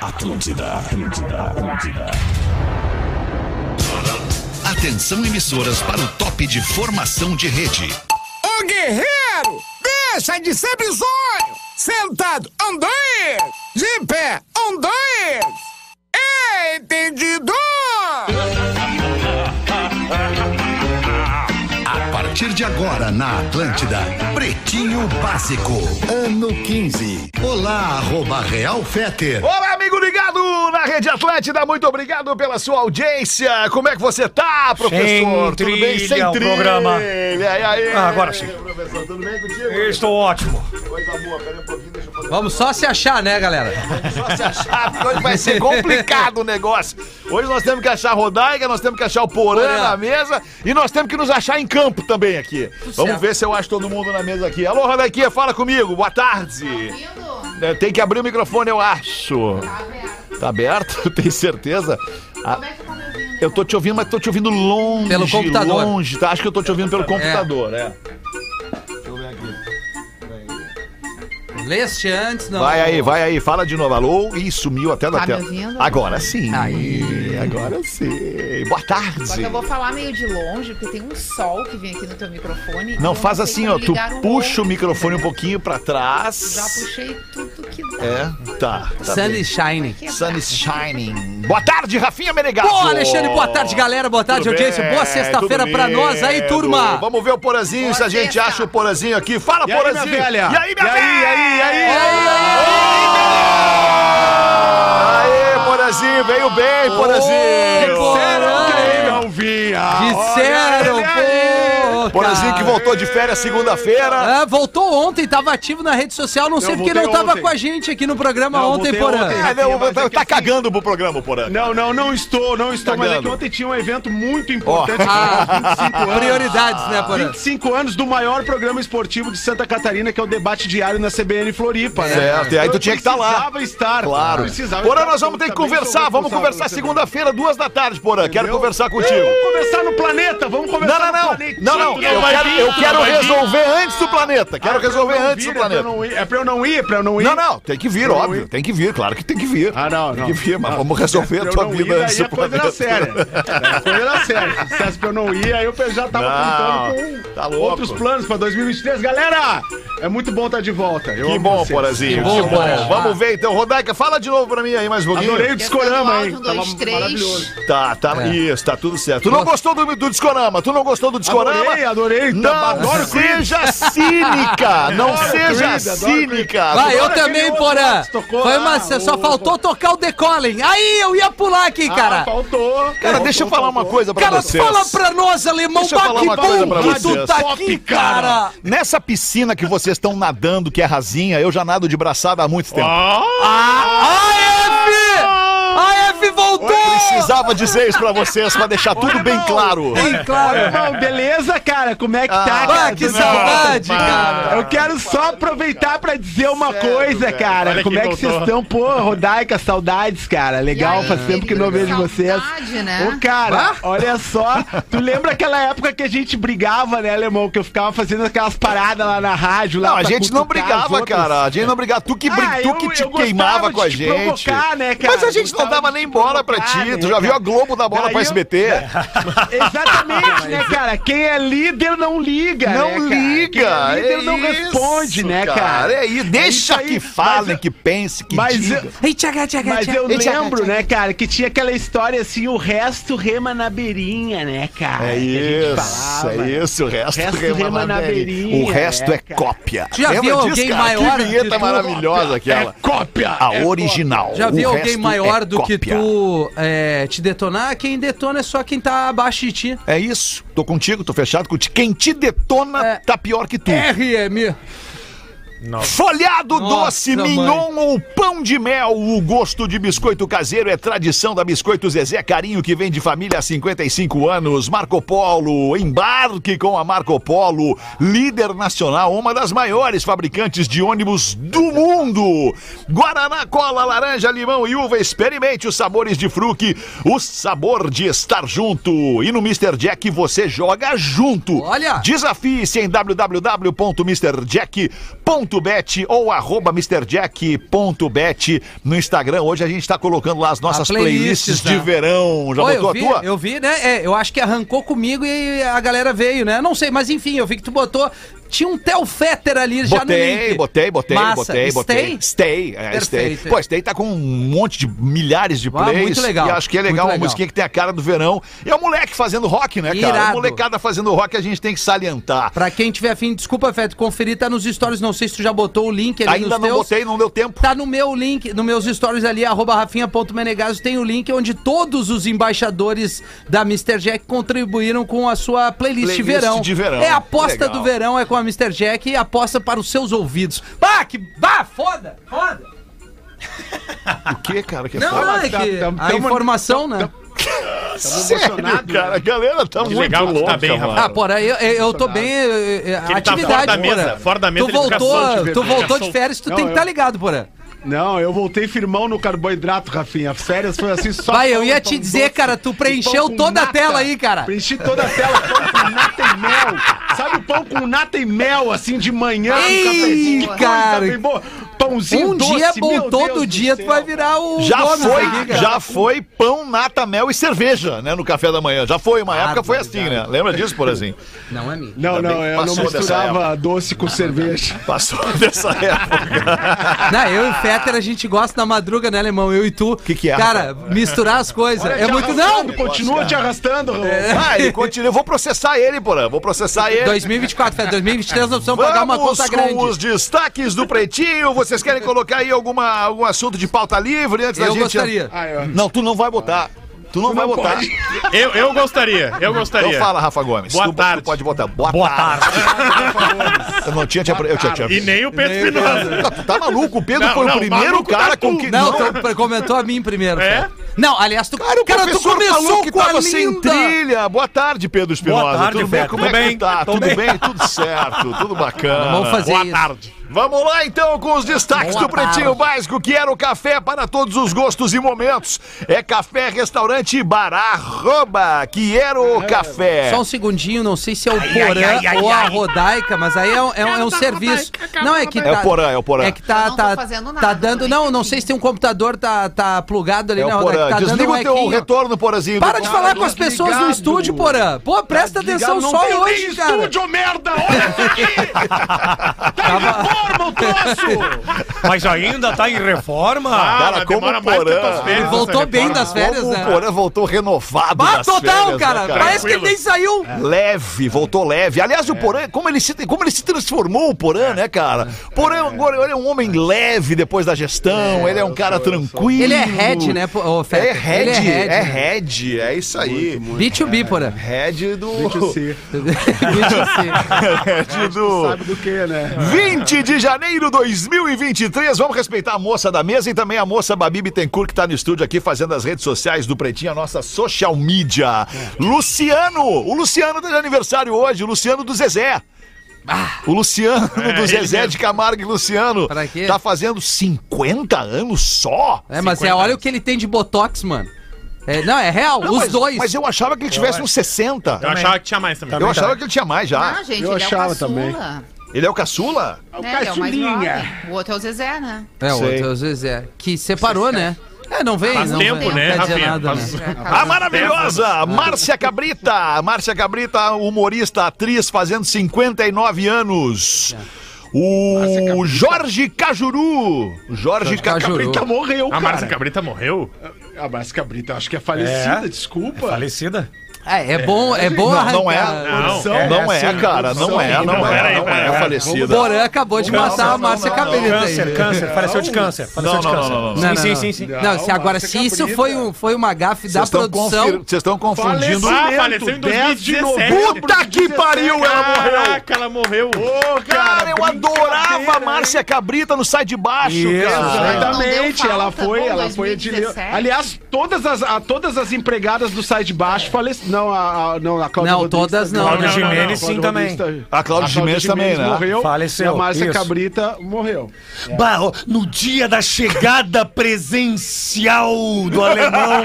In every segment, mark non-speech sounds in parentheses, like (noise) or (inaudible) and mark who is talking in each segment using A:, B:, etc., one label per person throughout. A: Atlântida, Atlântida, Atlântida.
B: Atenção emissoras para o top de formação de rede.
C: Ô guerreiro, deixa de ser bizonho! Sentado, um, dois! De pé, um, dois! Entendido!
B: A partir de agora na Atlântida, Pretinho Básico, ano 15. Olá, arroba Real Feter.
D: Olá, amigo ligado na Rede Atlântida, muito obrigado pela sua audiência. Como é que você tá, professor? Tudo bem?
E: trilha o programa.
D: E aí,
E: Ah, agora sim.
D: Professor, tudo bem contigo?
E: Eu estou ótimo.
D: Coisa boa, pera um pouquinho, deixa eu fazer
F: Vamos só se achar, né, galera?
D: só se achar, porque hoje vai ser complicado o negócio. Hoje nós temos que achar a Rodaiga, nós temos que achar o Porã
F: Porã.
D: na mesa e nós temos que nos achar em campo também aqui. Vamos
F: certo.
D: ver se eu acho todo mundo na mesa aqui. Alô, Rodaquinha, fala comigo, boa tarde. É, Tem que abrir o microfone, eu acho. Tá aberto? (laughs) Tem certeza? Ah, eu tô te ouvindo, mas tô te ouvindo longe.
F: Pelo computador.
D: Longe, tá? Acho que eu tô te ouvindo pelo computador, é. Deixa eu ver aqui.
F: Leste antes, não.
D: Vai aí, vai aí, fala de novo. Alô, e sumiu até da
G: Tá me
D: tela.
G: ouvindo?
D: Agora sim.
F: Aí.
D: Agora sim. Boa
G: Só que
D: tarde.
G: eu vou falar meio de longe, porque tem um sol que vem aqui no teu microfone. e eu
D: Não faz
G: sei
D: assim,
G: como
D: ó. Tu
G: ligar
D: puxa o
G: outro,
D: microfone um
G: entendeu?
D: pouquinho pra
G: Já
D: trás.
G: puxei tudo que dá. é
D: É, tá. tá
F: Sunny
D: bem.
F: Shine.
G: Que
D: Sun is shining. Boa tarde, Rafinha Menegasso.
F: Boa, Alexandre, boa tarde, galera. Boa tarde,
D: Tudo
F: audiência.
D: bem?
F: Boa sexta-feira
D: Tudo
F: pra nós aí,
D: lindo.
F: turma.
D: Vamos ver o Porazinho,
G: Boa
D: se a gente
G: sexta.
D: acha o Porazinho aqui. Fala,
E: E aí,
D: Porazinho.
E: minha velha?
D: E aí, minha
E: E aí,
D: velha?
E: aí, aí?
D: Aê, Porazinho, veio bem, Porazinho.
F: Porã, hein?
E: não vinha.
F: Disseram, pô.
D: Porazinho que
F: cara.
D: voltou de férias segunda-feira.
F: Ah, voltou ontem, tava ativo na rede social. Não sei porque
E: tá- voltei
F: não tava
E: ontem.
F: com a gente aqui no programa
E: Não,
F: ontem,
E: voltei
F: Porã.
E: ontem.
D: Ah, não,
E: mas é
D: tá,
E: que
D: tá
E: assim-
D: cagando pro programa, Porã. Tá
E: Não, não, não estou, não estou. Mas é que
D: Cagando.
E: ontem tinha um evento muito importante. (laughs)
F: Ah,
E: 25 anos.
F: prioridades, né, Porã?
E: 25 anos do maior programa esportivo de Santa Catarina, que é o debate diário na CBN Floripa, né?
D: Certo, e aí tu
E: Eu
D: tinha que estar lá.
E: Precisava estar.
D: Claro.
E: Precisava
D: Porã,
E: estar.
D: nós vamos ter que
E: Também sou
D: conversar. Vamos
E: responsável
D: conversar
E: por esse
D: segunda-feira, duas da tarde, Porã. Quero
E: Entendeu?
D: conversar contigo.
E: Vamos conversar no planeta, vamos
D: Não,
E: conversar
D: não,
E: no
D: não.
E: planeta.
D: Não, não. Eu
E: vai
D: quero,
E: vir,
D: eu
E: tu
D: quero
E: não vai vir.
D: resolver antes do planeta. Quero
E: Ah, pra
D: resolver
E: eu não
D: antes
E: vir,
D: do
E: é pra eu
D: planeta.
E: não ir, É pra eu não ir, é pra eu não ir?
D: Não, não. Tem que vir,
E: Pra eu
D: óbvio.
E: ir.
D: Tem que vir, claro que tem que vir.
E: Ah, não,
D: Tem
E: não.
D: que vir, mas
E: Não.
D: vamos resolver a
E: Pra eu
D: tua
E: não
D: vida
E: ir,
D: antes
E: aí
D: do
E: a coisa era
D: planeta.
E: séria. A coisa era séria. Se dissesse pra eu não ir, aí eu já tava
D: Não,
E: contando com
D: tá louco.
E: outros planos pra 2023. Galera, é muito bom estar de volta. Eu
D: Que
E: amo
D: bom,
E: vocês.
D: Porazinho. Que
F: bom,
D: bom.
F: Porã.
D: Vamos ver então. Rodaica, fala de novo pra mim aí mais um pouquinho.
E: Adorei o discorama, hein?
G: Um, dois,
E: Tava
G: três.
E: maravilhoso.
D: Tá, tá.
F: É.
D: Isso, tá tudo certo. Tu não gostou do, do discorama? Tu não gostou do discorama?
E: Adorei, adorei. então.
D: Não
E: adoro o Creed.
D: seja cínica! Não
E: (laughs) Adoro
D: seja
E: Creed, adoro
D: cínica!
F: Vai, eu
E: Agora
F: também,
E: aquele outro
F: Porã.
E: lá que tocou
F: Foi
E: lá,
F: uma, você só
E: o-
F: faltou tocar o decolling. Aí eu ia pular aqui,
E: Ah,
F: cara.
E: faltou.
D: Cara, deixa eu falar uma
E: um
D: coisa pra
F: Cara,
D: vocês.
F: fala pra nós, alemão.
D: Deixa eu
F: Bah,
D: falar
F: que
D: uma coisa pra
F: bom que
D: vocês.
F: tu tá
E: Top,
F: aqui,
E: cara.
F: cara.
D: Nessa piscina que vocês estão nadando, que é rasinha, eu já nado de braçada há muito tempo.
F: A F! A F voltou!
D: Precisava dizer isso pra vocês, pra deixar tudo bem claro.
F: Bem claro.
E: Irmão, beleza, cara? Como é que tá,
D: Ah,
E: cara?
F: Ah, que
E: Tudo
F: saudade,
D: mas-
F: cara.
E: Eu quero só aproveitar pra dizer uma
D: Sério,
E: coisa,
D: Ah. velho.
E: cara.
D: Olha
E: Como
D: quem
E: é que vocês
D: voltou.
E: estão? Pô, Rodaica, saudades, cara.
G: E
E: Legal,
G: aí,
E: faz tempo que não
G: querido,
E: vejo vocês.
G: Saudade, né?
E: Ô, cara, olha só. Tu lembra aquela época que a gente brigava, né, Alemão? Que eu ficava fazendo aquelas paradas lá na rádio. Lá
D: Não, a
E: pra
D: gente não
E: cutucar os
D: brigava,
E: outros.
D: cara. A gente não brigava. Tu que, brin-
E: Ah,
D: tu
E: eu-
D: que te
E: eu gostava
D: queimava
E: de
D: com a
E: te
D: gente.
E: provocar, né, cara?
D: Mas a gente não
E: Gostava
D: dava
E: de
D: nem
E: te
D: bola pra
E: provocar,
D: ti.
E: né,
D: Tu já viu
E: cara?
D: a Globo dar bola
E: Daí
D: pra
E: eu-
D: SBT?
E: Exatamente, né, cara? Quem é líder não liga.
D: Não
E: né, cara? Quem
D: liga.
E: é líder não
D: isso,
E: responde, né, cara?
D: É isso. Deixa
E: isso aí,
D: que
E: mas
D: fale,
E: eu-
D: que pense, que
E: Mas
D: diga.
E: eu,
F: Ei, tchaga, tchaga,
E: mas
F: tchaga.
E: eu
F: Ei, tchaga,
E: lembro,
F: tchaga.
E: né, cara, que tinha aquela história assim, o resto rema na beirinha, né, cara?
D: É
E: Que a gente
D: isso,
E: falava.
D: é isso, o resto,
E: Resto
D: rema
E: rema
D: na
E: na
D: beirinha.
E: beirinha,
D: O resto
E: né,
D: é
E: cara?
D: cópia.
F: Já
D: Lembra
F: viu
D: disso,
F: alguém
D: cara?
F: maior
D: Que
F: do
D: vinheta
F: que tu? É
D: maravilhosa aquela.
E: Cópia!
D: A original.
F: Já
D: O
F: viu alguém
D: resto
F: maior
D: é
F: do que
D: cópia.
F: tu é, te detonar? Quem detona é só quem tá abaixo de ti.
D: É isso. Tô contigo, tô fechado contigo. Quem te detona
F: É.
D: tá pior que tu.
F: RM.
D: Folhado
F: Nossa,
D: doce,
F: mãe.
D: mignon ou pão de mel. O gosto de biscoito caseiro é tradição da Biscoito Zezé Carinho, que vem de família há 55 anos. Marco Polo, embarque com a Marco Polo, líder nacional, uma das maiores fabricantes de ônibus do mundo. Guaraná, cola, laranja, limão e uva, experimente os sabores de fruque, o sabor de estar junto. E no Mr. Jack você joga junto.
F: Olha!
D: Desafie-se em www.mrjack.com.br mrjack.bet ou arroba mrjack.bet no Instagram. Hoje a gente tá colocando lá as nossas playlists,
F: playlists,
D: de
F: né?
D: verão. Já
F: Oi,
D: botou
F: eu
D: a
F: vi,
D: tua?
F: Eu vi, né? É, eu acho que arrancou comigo e a galera veio, né? Não sei, mas enfim, eu vi que tu botou. Tinha um Theo Fetter ali já no
D: Botei,
F: link.
D: botei, botei,
F: Massa.
D: botei, botei. Stay,
F: Stay?
D: é, Stay.
F: Perfeito.
D: Pô, Stay tá com um monte de milhares de
F: Ah,
D: plays.
F: muito legal.
D: E acho que é legal uma
F: Muito legal.
D: musiquinha que tem a cara do verão. E é o moleque fazendo rock, né, cara?
F: Irado.
D: O molecada fazendo rock a gente tem que salientar.
F: Pra quem tiver afim, desculpa, Fetter, conferir, tá nos stories. Não sei se tu já botou o link ali
D: Ainda
F: nos
D: não
F: teus.
D: botei, não deu tempo.
F: Tá no meu link, nos meus stories ali, arroba rafinha.menegaso, tem o link onde todos os embaixadores da Mr. Jack contribuíram com a sua playlist, de
D: Playlist
F: verão.
D: de verão.
F: É a aposta
D: Legal.
F: do verão, é com a Mr. Jack e aposta para os seus ouvidos. Bah, que bah, foda, foda.
D: O que, cara? Que é
F: Não,
D: foda?
F: não, é
E: tá,
F: que
E: tamo-
F: a
E: tamo-
F: informação, né?
D: Sério, cara, a galera tá muito
H: legal que tu tá
D: louca,
H: bem,
D: mano.
F: Ah, porra, eu, eu, eu tô bem. eh, eh,
H: ele tá
F: Atividade,
H: fora da mesa,
F: porra.
H: fora da mesa,
F: Tu
H: ele fica
F: voltou,
H: solto,
F: tu
H: fica
F: voltou de
H: solto.
F: férias, tu
E: Não,
F: tem que
E: eu-
F: estar ligado, porra.
E: Não, eu voltei firmão no carboidrato, Rafinha. Férias foi assim só.
F: Vai, eu
E: pão,
F: ia
E: pão
F: te dizer,
E: doce.
F: cara, tu
E: Pão
F: preencheu
E: com
F: toda a
E: nata.
F: tela aí, cara.
E: Preenchi toda a tela, pão com nata e mel. Sabe o pão com nata e mel, assim, de manhã? um
F: Ei,
E: cafezinho, coisa
F: cara.
E: bem boa. Pãozinho
F: Um
E: doce,
F: dia bom,
E: assim, meu Deus
F: todo
E: do
F: dia tu
E: céu.
F: vai virar o.
D: Já
F: Gomes
D: foi,
F: aqui, cara.
D: já foi pão, nata, mel e cerveja, né? No café da manhã. Já foi, uma época foi assim, né?
F: Barbaridade.
D: Lembra disso, por assim?
F: Não é minha.
E: Não,
D: Ainda bem
E: não,
D: que
E: eu não
D: passou dessa
E: misturava doce com
H: (laughs)
E: cerveja.
D: Passou (laughs) dessa época.
F: Não, eu e o Fetter a gente gosta da madruga, né, alemão? Eu e tu.
D: Que que é,
F: Cara, misturar as coisas. é
E: Te
F: muito. Não!
E: arrastando, Continua te arrastando, Ramon.
H: É.
D: Ah, ele continua. Eu vou processar ele, porra. Vou processar ele.
F: 2024, Fetter, 2023 nós precisamos pagar uma
D: Vamos
F: conta grande.
D: com os destaques do Pretinho. Vocês querem colocar aí alguma, algum assunto de pauta livre antes da
F: Eu
D: gente...
F: gostaria.
E: Ah, eu-
D: Não, tu não vai botar. Tu não vai botar.
H: Eu, eu gostaria, eu gostaria.
D: Então fala, Rafa Gomes.
H: Boa
D: tu, tu
H: tarde.
D: pode botar. Boa, tarde. (laughs) Eu não tinha te apre- Eu tinha te
H: E nem o Pedro Espinosa.
D: Tá, tu tá maluco? O Pedro
H: Não,
D: foi
H: não,
D: o primeiro
H: maluco
D: cara
H: tá
D: com
H: tu.
D: que.
F: Não, tu pre- comentou a mim primeiro.
H: É?
F: Fetter. Não, aliás, tu.
D: Cara, o
F: Cara, tu
D: professor falou
F: começou
D: que
F: com a
D: tava sem
F: linda.
D: trilha. Boa tarde, Pedro Espinosa.
H: Boa tarde,
D: tudo bem?
H: Beto.
D: Como
H: Tô
D: é que
H: bem,
D: tá?
H: tô
D: Tudo bem.
H: bem.
D: Tudo certo, tudo bacana.
F: Vamos fazer
H: Boa
F: isso.
H: tarde.
D: Vamos lá então com os destaques
F: Boa
D: do Pretinho
F: tarde.
D: Básico, que era o café para todos os gostos e momentos. É café, restaurante, bará, arroba, que era o
H: É.
D: café. É
F: Só um segundinho, não sei se é o Porã ou a Rodaica, mas aí é, um- é um- é um serviço. Não, é que tá.
D: É o Porã, é o Porã.
F: É que tá,
G: Eu não tô
F: tá,
G: fazendo
F: tá
G: nada
F: dando.
G: também.
F: Não, não sei se tem um computador tá, tá plugado ali,
D: É
F: né,
D: o
F: Rodaica?
D: Porã.
F: Tá
D: Desliga o teu Tá
F: equinho.
D: retorno, Porãzinho.
F: Para de
D: Não,
F: falar com as pessoas no
E: desligado.
F: estúdio, Porã.
D: Tá
F: Pô, presta atenção
E: Não
F: só
E: tem
F: hoje, cara.
E: estúdio, merda! Olha
F: (laughs)
E: aqui! Tá em reforma o troço!
I: Mas ainda tá em reforma?
D: Cara, como
H: Ah, demora
D: o
H: mais que
D: Porã.
H: tuas férias
F: Ele
H: essa
F: voltou bem
H: reforma.
F: das férias,
D: Como
F: né?
D: o Porã voltou renovado
F: Bah,
D: das
F: total,
D: férias, né, É.
F: cara. Parece que ele
H: Tranquilo.
F: nem saiu.
D: Leve, voltou leve. Aliás, o Porã, como ele se, como ele se transformou, o Porã, né, cara? Porã agora ele é um homem leve depois da gestão, ele é um cara tranquilo.
F: Ele é head, né, pô, ô, Feta?
D: É head,
F: Ele
D: é
F: é
D: head,
F: head,
D: é,
F: né?
D: isso aí.
F: B2B, Porã. (laughs)
D: Head (laughs) do.
E: Você
F: B2C.
D: head do.
E: sabe do que, né?
D: 20 de janeiro de 2023. Vamos respeitar a moça da mesa e também a moça Babi Bittencourt, que tá no estúdio aqui fazendo as redes sociais do Pretinho, a nossa social media. Luciano! O Luciano tá de aniversário hoje, o Luciano do Zezé.
F: Ah.
D: O
F: (laughs)
D: Luciano do
H: ele
D: Zezé
H: mesmo.
D: de Camargo e Luciano
F: É, Pra quê?
D: tá fazendo 50 anos só.
F: É, mas é, olha o que ele tem de Botox, mano. É, não, é real,
D: Não,
F: os
D: mas,
F: dois.
D: Mas eu achava que ele tivesse uns 60.
H: Eu achava que tinha mais também.
D: Eu achava que ele tinha mais já.
G: Não, gente,
E: Eu
G: ele
E: achava
G: é o
E: também.
G: caçula.
D: Ele é o caçula?
G: Né? Ele é o mais
E: caçulinha.
G: jovem. O outro é o Zezé, né?
F: É, o
D: Sei.
F: outro, às vezes é. Que separou, né? É, não vem,
H: Faz
F: não
H: tempo,
F: vem, não
H: né,
F: quer dizer
H: Rafinha?
F: nada,
H: Faz-
F: né?
G: É,
D: A maravilhosa Márcia Cabrita. Márcia Cabrita, humorista, atriz, fazendo 59 anos. O Jorge Cajuru. O Jorge Ca-
F: Cajuru.
D: Cabrita.
E: Brita morreu,
H: A Márcia
E: cara. Ah,
H: Cabrita morreu?
E: A Márcia Brita, acho que é falecida,
I: É.
E: desculpa.
I: Falecida?
F: É, é bom, é bom
D: Não, não é.
F: arrancar.
H: Não.
E: Produção.
D: Não é,
E: sim,
D: cara. Não
E: produção.
D: é, não
H: Não,
D: é.
H: peraí,
D: Não é
H: peraí.
F: O
D: falecida.
F: Porã acabou de matar a Márcia
D: não, não,
F: Cabrita
I: Câncer,
F: aí.
I: câncer, faleceu de câncer. Faleceu de
D: Não, não,
I: câncer.
D: não, não, não.
I: Sim,
F: Não, não,
I: sim,
F: não.
I: sim, sim.
F: Não, se
E: Não,
F: agora,
E: Márcia
F: se isso
E: Cabrita.
F: foi, um, foi uma gafe da
D: Vocês estão
F: produção,
D: confir- Vocês estão confundindo.
E: Faleceu.
H: Ah, faleceu em 2017.
D: Puta que pariu, ela morreu.
H: Caraca, ela morreu.
E: Ô,
D: Cara, eu adorava a
E: brincadeira, é.
D: Márcia Cabrita no Sai de Baixo,
I: Isso,
D: cara.
E: Exatamente,
G: Não deu
E: ela
G: falta,
E: foi,
G: bom,
E: ela foi
G: 2017.
E: de Aliás, todas as, a- todas as empregadas do site de baixo faleceram. Não, a, a- não, a Cláudia
F: Não,
E: Rodrigues
F: todas
E: também.
F: não,
I: Cláudio
H: não, não, não,
I: Jimenez,
H: não,
I: sim,
E: Cláudia
I: também.
E: Rodrigues tá-
D: A Cláudia Jimenez também, né?
E: morreu.
I: Faleceu,
E: E a Márcia
I: isso. É.
E: Cabrita morreu.
I: Bah, ó, no dia da chegada presencial do
E: (laughs)
I: alemão,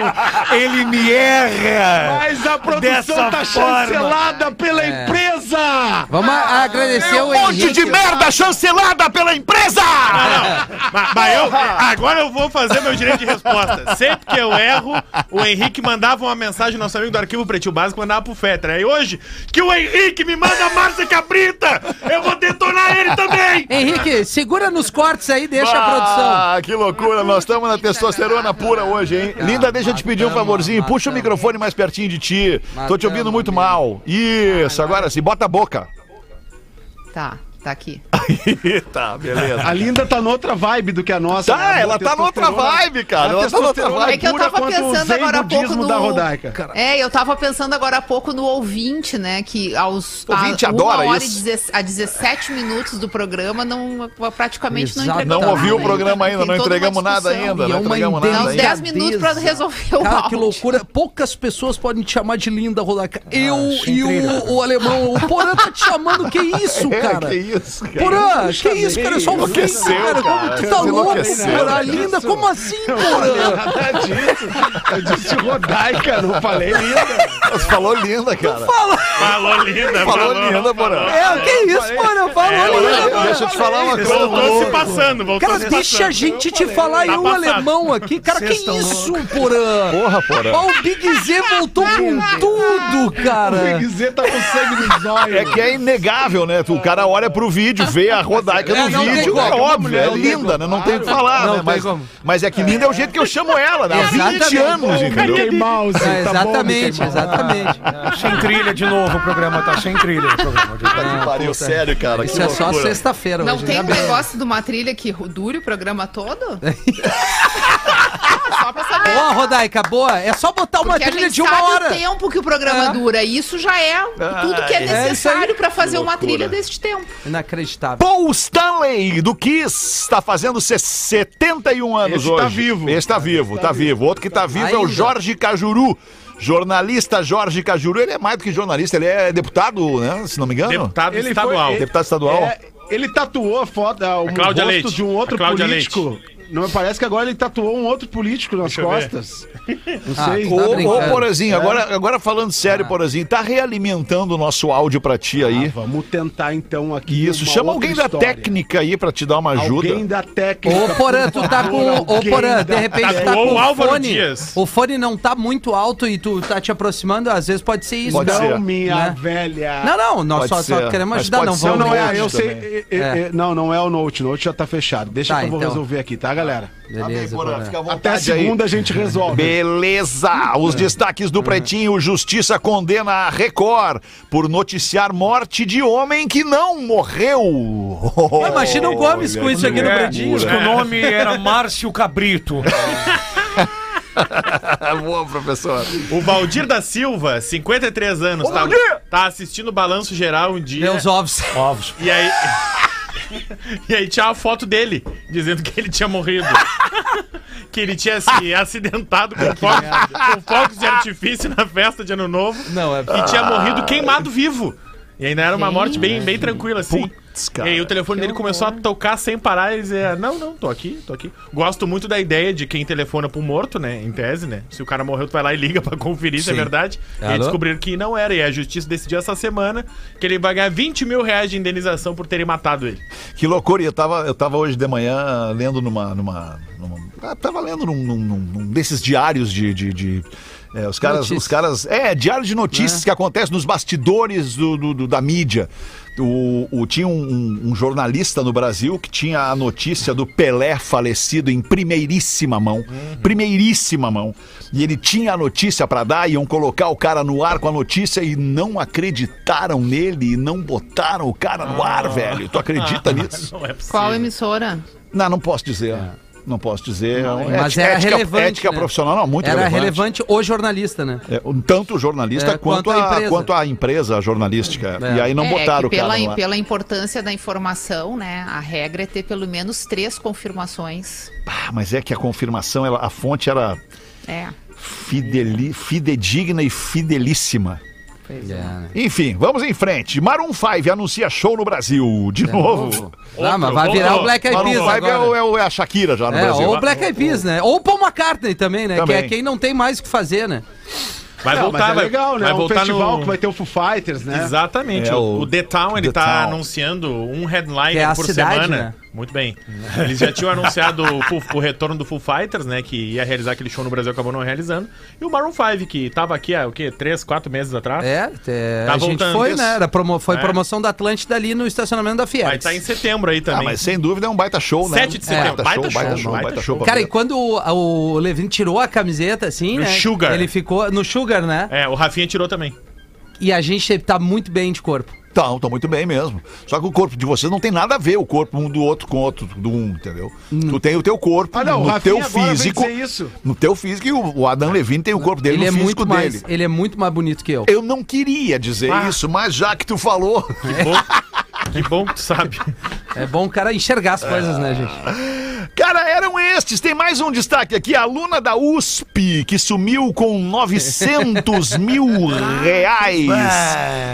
I: ele me erra.
E: Mas a produção
I: Dessa É. forma.
E: tá chancelada pela empresa! empresa!
F: Vamos a- agradecer
D: Um
F: o
D: monte de
F: Henrique.
D: merda chancelada pela empresa!
H: Mas, mas eu, agora eu vou fazer meu direito de resposta. Sempre que eu erro, o Henrique mandava uma mensagem, nosso amigo do arquivo Pretinho Básico mandava pro Fetra. E hoje, que o Henrique me manda a Márcia Cabrita, eu vou detonar ele também!
F: Henrique, segura nos cortes aí, deixa a produção.
D: Ah, que loucura, nós estamos na testosterona pura hoje, hein? Linda, deixa eu te pedir um
F: Matamos,
D: favorzinho, puxa o
F: matamos.
D: microfone mais pertinho de ti. Tô te ouvindo
F: Matamos
D: muito
F: mesmo.
D: mal. Isso, agora sim, bota a boca.
G: Tá, tá aqui.
D: Tá, beleza.
E: A Linda tá noutra vibe do que a nossa.
D: Tá, ela tá noutra vibe, cara. Ela tá noutra
G: É
D: vibe.
G: que eu tava pensando agora há pouco no-
E: da Rodaica.
G: É, eu tava pensando agora há pouco no ouvinte, né? Que aos
D: O ouvinte
G: a,
D: adora
G: hora
D: isso.
G: E deze- a 17 minutos do programa não praticamente não
F: Exato.
G: entregou
D: Não
G: nada
D: ouviu o
G: ainda,
D: programa ainda,
G: tem
D: não
G: toda uma
D: entregamos nada
G: discussão.
D: ainda,
F: E é
D: não
F: uma
D: entregamos nada
G: Dá uns
F: indenidade.
D: ainda.
G: 10 minutos pra resolver o
F: Cara,
G: áudio.
F: que loucura. Poucas pessoas podem te chamar de linda, Rodaca.
D: Ah,
F: Eu e o, o alemão. O Porã tá te chamando. Que isso,
D: (laughs) É,
F: cara?
D: que isso, cara.
F: Porã, que isso, cara? É só um fim,
D: Enlouqueceu,
F: cara. Como
D: cara.
F: tu tá louco,
D: Enlouqueceu,
F: Porã?
D: cara.
F: Linda, como assim, Porã?
E: Nada disso. Eu disse Rodaica, não falei Linda.
D: Você falou linda, cara.
H: Falou linda,
D: Falou linda, Porã.
F: É, que isso, Porã?
D: É,
F: Falou linda,
D: Porã,
F: Porã.
D: Deixa eu te falar uma coisa.
H: Voltou se passando, voltou
F: Cara,
H: se
F: deixa a
H: passando.
F: gente te falar e
H: Tá
F: o
H: passado.
F: alemão aqui. Cara, que isso, Porã?
D: Porra, Porã.
F: Ó, o Big Z voltou com tudo,
E: Tem
F: cara.
E: que dizer, tá com sangue nos olhos.
D: É que é inegável, né? O cara olha pro vídeo, vê a rodaica
F: É,
D: no
F: não tem
D: vídeo,
F: como.
D: é óbvio, é
F: Não tem
D: linda, né? Não tem o que falar,
F: Não
D: né?
F: tem
D: Mas,
F: como.
D: mas é que linda é o jeito que eu chamo ela, né? Há 20
F: Exatamente.
D: anos, entendeu?
E: Mickey Mouse,
F: É,
E: tá bom,
F: exatamente,
E: Mickey Mouse.
F: exatamente.
I: Tá Sem trilha de novo o programa, tá sem trilha o programa. de novo.
D: Que pariu, sério, cara.
F: Isso
D: que
F: é só
D: loucura.
F: sexta-feira
G: Não
F: hoje.
G: tem
F: né?
G: um negócio de uma trilha que dure o programa todo? Só pra saber.
F: Boa, Rodaica, boa. É só botar uma
G: Porque a
F: trilha
G: gente
F: de uma
G: sabe
F: hora.
G: o tempo que o programa
F: É.
G: dura. E isso já é tudo que é
F: isso aí.
G: necessário pra fazer uma
D: loucura.
G: trilha deste tempo.
F: Inacreditável.
D: Paul Stanley, do Kiss, está fazendo 71 anos
E: Esse tá
D: hoje.
E: vivo.
D: Esse tá vivo, tá vivo. Outro que tá vivo é o
F: Ainda.
D: Jorge Cajuru. Jornalista Jorge Cajuru, ele é mais do que jornalista, ele é deputado, né? Se não me engano.
H: Deputado
E: Ele foi-
H: estadual.
E: ele-
D: Deputado estadual.
E: É, ele tatuou a foto, ah,
I: É
E: um
H: Cláudia
E: rosto
H: Leite.
E: de um outro
H: A Cláudia
E: político. Não me parece que agora ele tatuou um outro político nas
H: eu ver.
E: costas. Não
F: Ah,
E: sei.
F: tá
D: Ô,
F: brincando.
D: ô
E: É.
D: Porazinho, agora, agora falando sério, Porazinho, tá realimentando o nosso áudio pra ti
E: Ah,
D: aí.
E: vamos tentar então aqui.
D: Isso,
E: uma
D: chama
E: outra
D: alguém da
E: história.
D: técnica aí pra te dar uma ajuda.
E: Alguém da técnica.
F: Ô, Porã, tu tá com. Ô, Porã, de repente tu tá
H: Ou
F: com
H: o
F: o
H: Álvaro
F: fone.
H: Dias.
F: O fone não tá muito alto e tu tá te aproximando, às vezes pode ser isso.
D: Pode
F: né?
E: Não,
D: ser.
E: minha
F: Né?
E: velha.
F: Não, não, nós
D: Pode
F: só, só
D: ser.
F: queremos
D: Mas
F: ajudar,
D: pode
F: não
D: ser
E: Não,
F: vamos.
E: não é,
D: Note
E: eu sei.
D: também.
E: é, é, é, não, não é o Note. O Note já tá fechado. Deixa
F: Tá,
E: que eu vou
F: então.
E: resolver aqui, tá, galera?
F: Beleza, Porã.
D: à vontade
E: Até
D: aí.
E: segunda é. a gente resolve.
D: Beleza! Os destaques
E: Uhum.
D: do Pretinho. Justiça condena a Record por noticiar morte de homem que não morreu.
F: Ah, Imagina o Gomes com isso aqui no
I: É,
F: Bradinho.
I: diz que o nome era Márcio Cabrito.
D: (laughs) Boa, professor.
H: O Valdir da Silva, 53 anos, tá, tá assistindo o Balanço Geral um dia.
F: Meus ovos.
I: Ovos.
H: E aí. (laughs) e aí tinha a foto dele, dizendo que ele tinha morrido. que ele tinha se acidentado com fogos, com fogos de artifício na festa de Ano Novo.
F: Não, é.
H: E tinha morrido queimado vivo. E ainda era uma morte bem, bem tranquila, assim.
D: Putz, cara.
H: E aí o telefone dele começou a tocar sem parar e dizer, não, não, tô aqui, tô aqui. Gosto muito da ideia de quem telefona pro morto, né? Em tese, né? Se o cara morreu, tu vai lá e liga (laughs) pra conferir se é
F: Sim.
H: verdade. E aí
F: Alô?
H: descobriram que não era. E a justiça decidiu essa semana que ele vai ganhar 20 mil reais de indenização por terem matado ele.
D: Que loucura, e eu tava, eu tava hoje de manhã lendo numa. numa, numa- ah, tava lendo num, num- num- num desses diários de. de- de, é, os caras.
F: Notícias.
D: Os caras. É, diário de notícias que acontece nos bastidores do, do- do- da mídia. O, o- tinha um- um, um jornalista no Brasil que tinha a notícia do Pelé falecido em primeiríssima mão. Primeiríssima mão. E ele tinha a notícia pra dar, iam colocar o cara no ar com a notícia e não acreditaram nele e não botaram o cara no
F: Ah.
D: ar, velho. Tu acredita nisso?
H: Não é possível.
G: Qual emissora?
D: Não, não posso dizer. Não posso dizer. É
F: É. Mas
D: ética-
F: era
D: ética,
F: relevante.
D: Ética
F: né?
D: profissional, não, muito
F: Era
D: relevante.
F: relevante o jornalista, né?
D: É, um tanto o jornalista
F: É,
D: quanto,
F: quanto a
D: a,
F: empresa.
D: quanto a empresa jornalística.
F: É.
D: E aí não
G: É,
D: botaram o
G: que
D: cara
G: pela,
D: no ar.
G: pela importância da informação, né? A regra é ter pelo menos três confirmações.
D: Ah, mas é que a confirmação, ela- a fonte era
G: É.
D: fideli- fidedigna e fidelíssima.
G: Pois
F: É,
G: é.
F: né?
D: Enfim, vamos em frente. Maroon 5 anuncia show no Brasil, de novo.
F: Ah, mas
H: Outro,
F: vai virar
H: outro.
F: o Black Eyed
D: Maroon
F: Peas
D: 5 é, o-
F: agora. né?
D: é o- é a Shakira já no
F: É,
D: Brasil.
F: ou o Black Eyed Peas, né? Ou o Paul McCartney também, né? Que é
D: Também.
F: quem não tem mais o que fazer, né?
H: Vai
E: Não,
D: tá,
H: voltar,
E: mas é
H: vai.
E: legal, né?
H: Vai
E: um
H: voltar
E: festival
H: no.
E: que vai ter o Foo Fighters, né?
H: Exatamente.
D: É,
H: o,
D: o
H: o The Town, ele
D: The
H: tá
D: Town.
H: anunciando um
F: Que
H: headliner
F: é a
H: por
F: cidade,
H: semana.
F: né?
H: Muito bem. Eles já tinham anunciado o, Foo- o retorno do Full Fighters, né? Que ia realizar aquele show no Brasil, acabou não realizando. E o Maroon 5, que tava aqui há o quê? Três, quatro meses atrás.
F: É, é,
H: Tá
F: a gente
H: voltando.
F: foi, né? Era promo, foi
H: É.
F: promoção da Atlântida ali no estacionamento da Fiat.
H: Vai estar em setembro aí
D: Ah,
H: também.
D: mas sem dúvida é um baita show, né?
H: 7 de setembro.
D: Baita show,
H: Baita
D: baita
H: show,
D: show, baita
H: baita
D: show.
H: show.
F: Cara, e quando o, o Levin tirou a camiseta, assim,
H: No
F: né?
H: Sugar.
F: Ele ficou no Sugar, né?
H: É, o Rafinha tirou também.
F: E a gente tá muito bem de corpo.
D: Estão, estão Então, muito bem mesmo. Só que o corpo de vocês não tem nada a ver o corpo um do outro com o outro do um, entendeu? Tu tem o teu corpo
E: Ah, não, o
D: no
E: Rafinha
D: teu
E: agora vai
D: físico.
E: dizer isso.
D: No teu físico e o o Adam Levine tem o corpo dele
F: Ele, é
D: no físico
F: muito mais,
D: dele.
F: ele é muito mais bonito que eu.
D: Eu não queria dizer isso, mas já que tu falou. (laughs)
H: Que bom. que bom que
F: (laughs)
H: tu sabe.
F: É bom o cara enxergar as coisas, né, gente?
D: Cara, eram estes. Tem mais um destaque aqui. A aluna da USP que sumiu com 900 mil reais.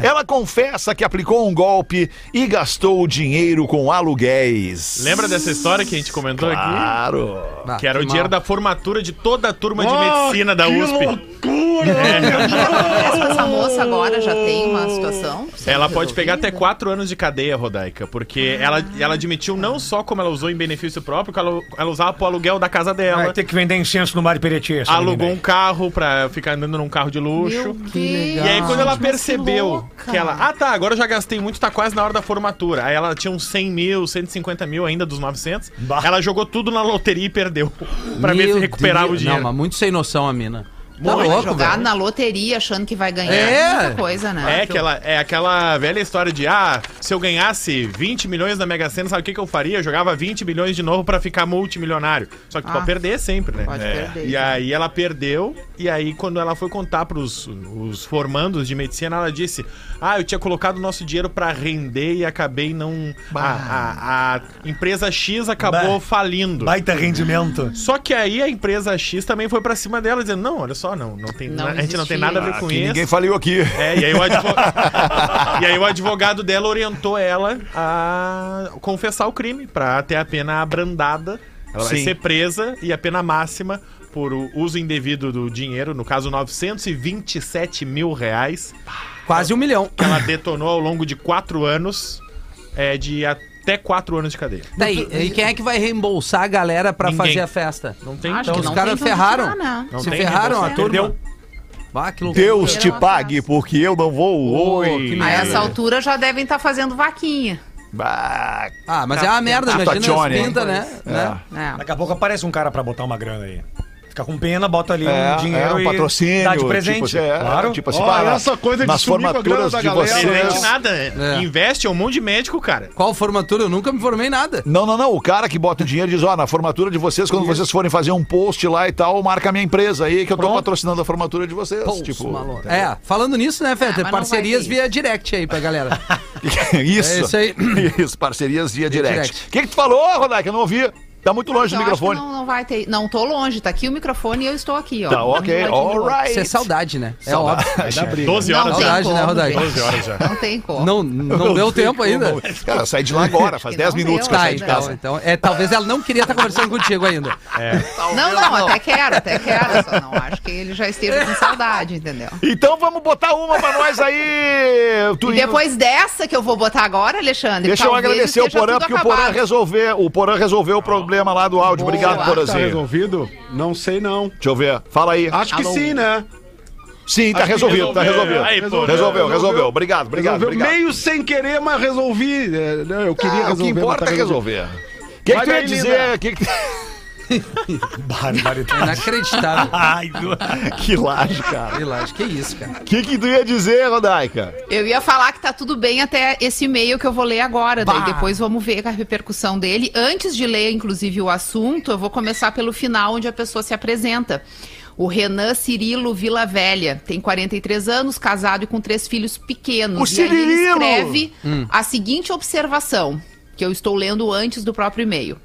D: Ela confessa que aplicou um golpe e gastou o dinheiro com aluguéis.
H: Lembra dessa história que a gente comentou aqui?
D: Claro.
F: Ah,
H: Que era o
F: mal.
H: dinheiro da formatura de toda a turma
D: Oh,
H: de
I: Ah,
H: medicina da
I: que
H: USP. É.
F: (laughs)
G: Mas com essa moça agora já tem uma situação.
H: Ela pode pegar até 4 anos de cadeia, Rodaica, porque ela,
G: Ah.
H: ela admitiu não só como ela usou em benefício próprio, que ela, ela usava pro aluguel da casa dela.
I: Vai ter que vender incenso no Mário Peretti. essa
H: Alugou um
I: menina
H: carro pra ficar andando num carro de luxo.
F: legal.
H: E aí, quando
G: Gente,
H: ela
G: mas que
H: percebeu
G: louca.
H: que, ela. Ah, tá, agora eu já gastei muito, tá quase na hora da formatura. Aí ela tinha uns 100 mil, 150 mil ainda dos 900. Ela jogou tudo na loteria e perdeu. (laughs) Pra ver se
F: Meu
H: recuperava o
F: Deus.
H: dinheiro.
F: Não, mas muito sem noção a mina. Tá
H: Muito
F: louco,
G: jogar
F: velho.
G: na loteria achando que vai ganhar.
F: É.
G: É muita coisa, né?
H: É aquela, é aquela velha história de, ah, se eu ganhasse 20 milhões na Mega Sena, sabe o que, que eu faria? Eu jogava 20 milhões de novo pra ficar multimilionário. Só que tu
G: Ah.
H: pode perder sempre, né?
G: Pode perder.
H: E aí ela perdeu, e aí quando ela foi contar pros os formandos de medicina, ela disse, ah, eu tinha colocado o nosso dinheiro pra render e acabei não... A, a- a empresa X
I: Bah.
H: acabou falindo.
I: Baita rendimento.
H: Só que aí a empresa X também foi pra cima dela, dizendo, não, olha só, não, não tem,
G: Não
H: na- a gente não tem
G: existia.
H: nada a ver
D: Ah,
H: com
D: que
H: isso.
D: ninguém faliu aqui.
H: É, e aí, o advo- (laughs) e aí o advogado dela orientou ela a confessar o crime pra ter a pena abrandada. Ela vai
D: Sim.
H: ser presa e a pena máxima por o uso indevido do dinheiro, no caso 927 mil reais,
F: Quase um milhão.
H: que ela detonou ao longo de quatro anos, é, de até quatro anos de cadeia.
F: Daí, e quem é que vai reembolsar a galera pra
H: Ninguém.
F: fazer a festa?
H: Não tem né?
G: Acho
H: então,
G: que
F: os
G: não
F: caras
G: tem pra onde
F: ferraram.
G: tirar, né?
H: não
F: Se
H: tem
F: ferraram a
H: reembolso.
F: turma.
H: Perdeu.
F: Ah, que loucura.
D: Deus te
G: Perdeu
D: pague,
G: a graça.
D: porque eu não vou.
F: Oh,
D: Oi.
F: que
G: A
F: merda.
G: essa altura já devem estar fazendo vaquinha.
D: Bah,
F: Ah, mas é uma merda, imagina as
D: Tatione, hein?
F: pintas, né? né?
D: Tá
G: né?
I: Daqui a pouco aparece um cara pra botar uma grana aí. Fica com pena, bota ali
D: É,
I: um
D: é,
I: dinheiro
D: um
I: e
D: patrocínio.
I: dá de presente.
D: Tipo, é,
I: claro.
D: Tipo assim,
E: Ó,
D: pá,
E: essa coisa de
D: nas
E: sumir com a
D: formaturas
E: grana
D: de
E: da galera.
H: Não
D: vocês.
H: tem nada. Investe, é um monte de médico, cara.
F: Qual formatura? Eu nunca me formei em nada.
D: Não, não, não. O cara que bota o dinheiro diz, ó, na formatura de vocês, quando vocês forem fazer um post lá e tal, marca a minha empresa aí, que eu tô patrocinando a formatura de vocês.
F: Pulso,
D: tipo,
F: maluco. É, falando nisso, né,
G: Ah, mas
F: Fetter?
G: não
F: Parcerias
G: vai ter
F: via direct aí pra galera.
D: isso.
F: É isso aí.
D: (coughs) Isso, parcerias via direct.
F: direct.
D: O que, que tu falou, Rodaica? Eu não ouvi. Tá muito longe
G: Eu
D: do
G: acho que
D: microfone.
G: não, não vai ter. Não, tô longe. Tá aqui o microfone e eu estou aqui, ó.
D: Tá, ok.
G: Não vai diminuir.
D: Alright.
F: Isso é saudade, né? É óbvio.
E: Vai dar briga.
H: 12
G: Não
H: horas
G: tem
H: já.
F: Saudade, né,
G: como,
F: Rodaigo?
G: gente.
H: 12 horas já.
G: Não tem como.
F: Não, não deu tempo ainda.
B: é
D: Cara, sai de lá (laughs) agora, faz
G: que
D: 10
G: não
D: minutos
G: deu,
D: que eu
F: Tá,
D: saí de
F: então,
D: casa.
F: então. É, talvez ela não queria estar conversando contigo ainda.
G: Não, não, até quero, até quero. Só não acho que ele já esteja com saudade, entendeu?
D: Então vamos botar uma pra nós aí. Tu
G: E depois dessa que eu vou botar agora, Alexandre.
D: Deixa eu
G: talvez
D: agradecer o
G: esteja
D: Porã,
G: tudo
D: porque o Porã,
G: acabado.
D: resolveu, o Porã resolveu o problema lá do áudio.
G: Boa.
D: Obrigado,
G: Tá
E: Tá
D: Porãzinho.
E: resolvido? Não sei, não.
D: Deixa eu ver. Fala aí.
E: Acho que
G: Alô?
E: sim, né?
D: Sim, tá
E: Acho que
D: resolvido, tá resolvido.
H: resolveu. Aí, pô.
D: Resolveu, resolveu, resolveu. Obrigado, obrigado,
E: Resolveu
D: obrigado.
E: meio sem querer, mas resolvi. É, não, Eu queria
D: Ah, o
E: resolver.
D: que
E: mas
D: importa
E: tá
D: é
E: resolvido.
D: resolver. O que, que
E: Vai
D: tu ia
E: daí,
D: dizer? Que, que...
I: Barbaridade.
F: É Inacreditável.
I: Ai, do-
D: (laughs) que laje, cara.
F: Sei lá, acho que é isso, cara.
D: O que, que tu ia dizer, Rodaica?
G: Eu ia falar que tá tudo bem até esse e-mail que eu vou ler agora. Daí depois vamos ver a repercussão dele. Antes de ler, inclusive, o assunto, eu vou começar pelo final, onde a pessoa se apresenta. O Renan Cirilo Vila Velha tem 43 anos, casado e com três filhos pequenos.
D: O
G: e aí
D: Cirilo!
G: ele
D: Hum.
G: escreve a seguinte observação, que eu estou lendo antes do próprio e-mail.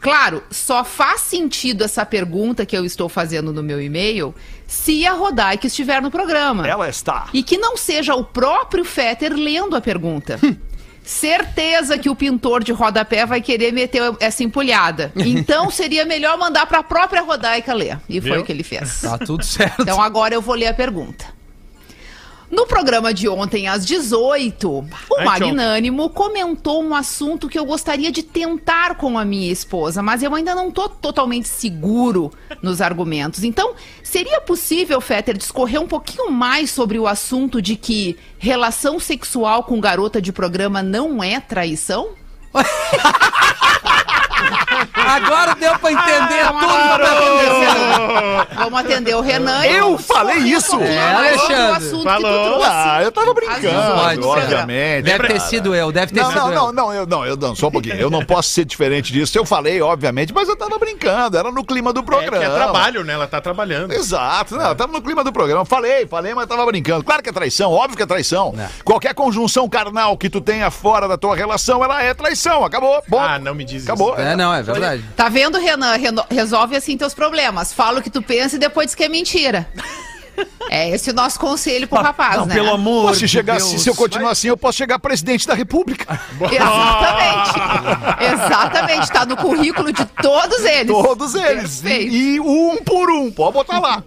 G: Claro, só faz sentido essa pergunta que eu estou fazendo no meu e-mail se a Rodaica
D: É
G: estiver no programa.
D: Ela está.
G: E que não seja o próprio Fetter lendo a pergunta. Certeza que o pintor de rodapé vai querer meter essa empolhada. Então seria melhor mandar para a própria Rodaica ler. E foi
H: Viu?
G: o que ele fez.
F: Tá tudo certo.
G: Então agora eu vou ler a pergunta. No programa de ontem, às 18, o
H: Anteontem.
G: Magnânimo comentou um assunto que eu gostaria de tentar com a minha esposa, mas eu ainda não tô totalmente seguro nos argumentos. Então, seria possível, Fetter, discorrer um pouquinho mais sobre o assunto de que relação sexual com garota de programa não é traição?
F: Agora deu pra entender
G: Ah,
F: tudo que tá acontecendo.
G: Vamos atender o Renan. e
D: Eu
G: vamos
D: falei
G: discorrer um
D: isso?
G: pouquinho
F: É,
G: mais sobre o
F: Alexandre.
G: assunto que tu
H: Falou.
G: trouxe.
D: Ah, eu tava
G: Pode
D: brincando,
G: ser.
D: obviamente.
F: Deve ter sido eu, deve ter
D: Não,
F: sido
D: não,
F: eu.
D: não, não, eu não, eu não, só um pouquinho. Eu não posso ser diferente disso. Eu falei, obviamente, mas eu tava brincando, era no clima do
H: É que
D: programa.
H: é trabalho, né? Ela tá trabalhando.
D: Exato, não, tava no clima do programa. Falei, falei, mas tava brincando. Claro que é traição, óbvio que é traição. Qualquer conjunção carnal que tu tenha fora da tua relação, ela é traição. Acabou. Bom,
H: Ah, não me diz isso.
D: acabou.
F: É, não, é verdade.
G: Tá vendo, Renan? Reno- Resolve assim teus problemas. Fala o que tu pensa e depois diz que é
D: (laughs)
G: mentira. É esse o nosso conselho
D: Ah,
G: pro rapaz, né?
I: Pelo amor
D: Pô, se, chegar, se, se eu continuar assim, eu posso chegar presidente da república.
G: (laughs)
D: (laughs) Ah!
G: Exatamente. Exatamente. Tá no currículo de todos eles.
D: Todos eles.
G: Perfeito.
D: E, e um por um. Pode botar (laughs) lá.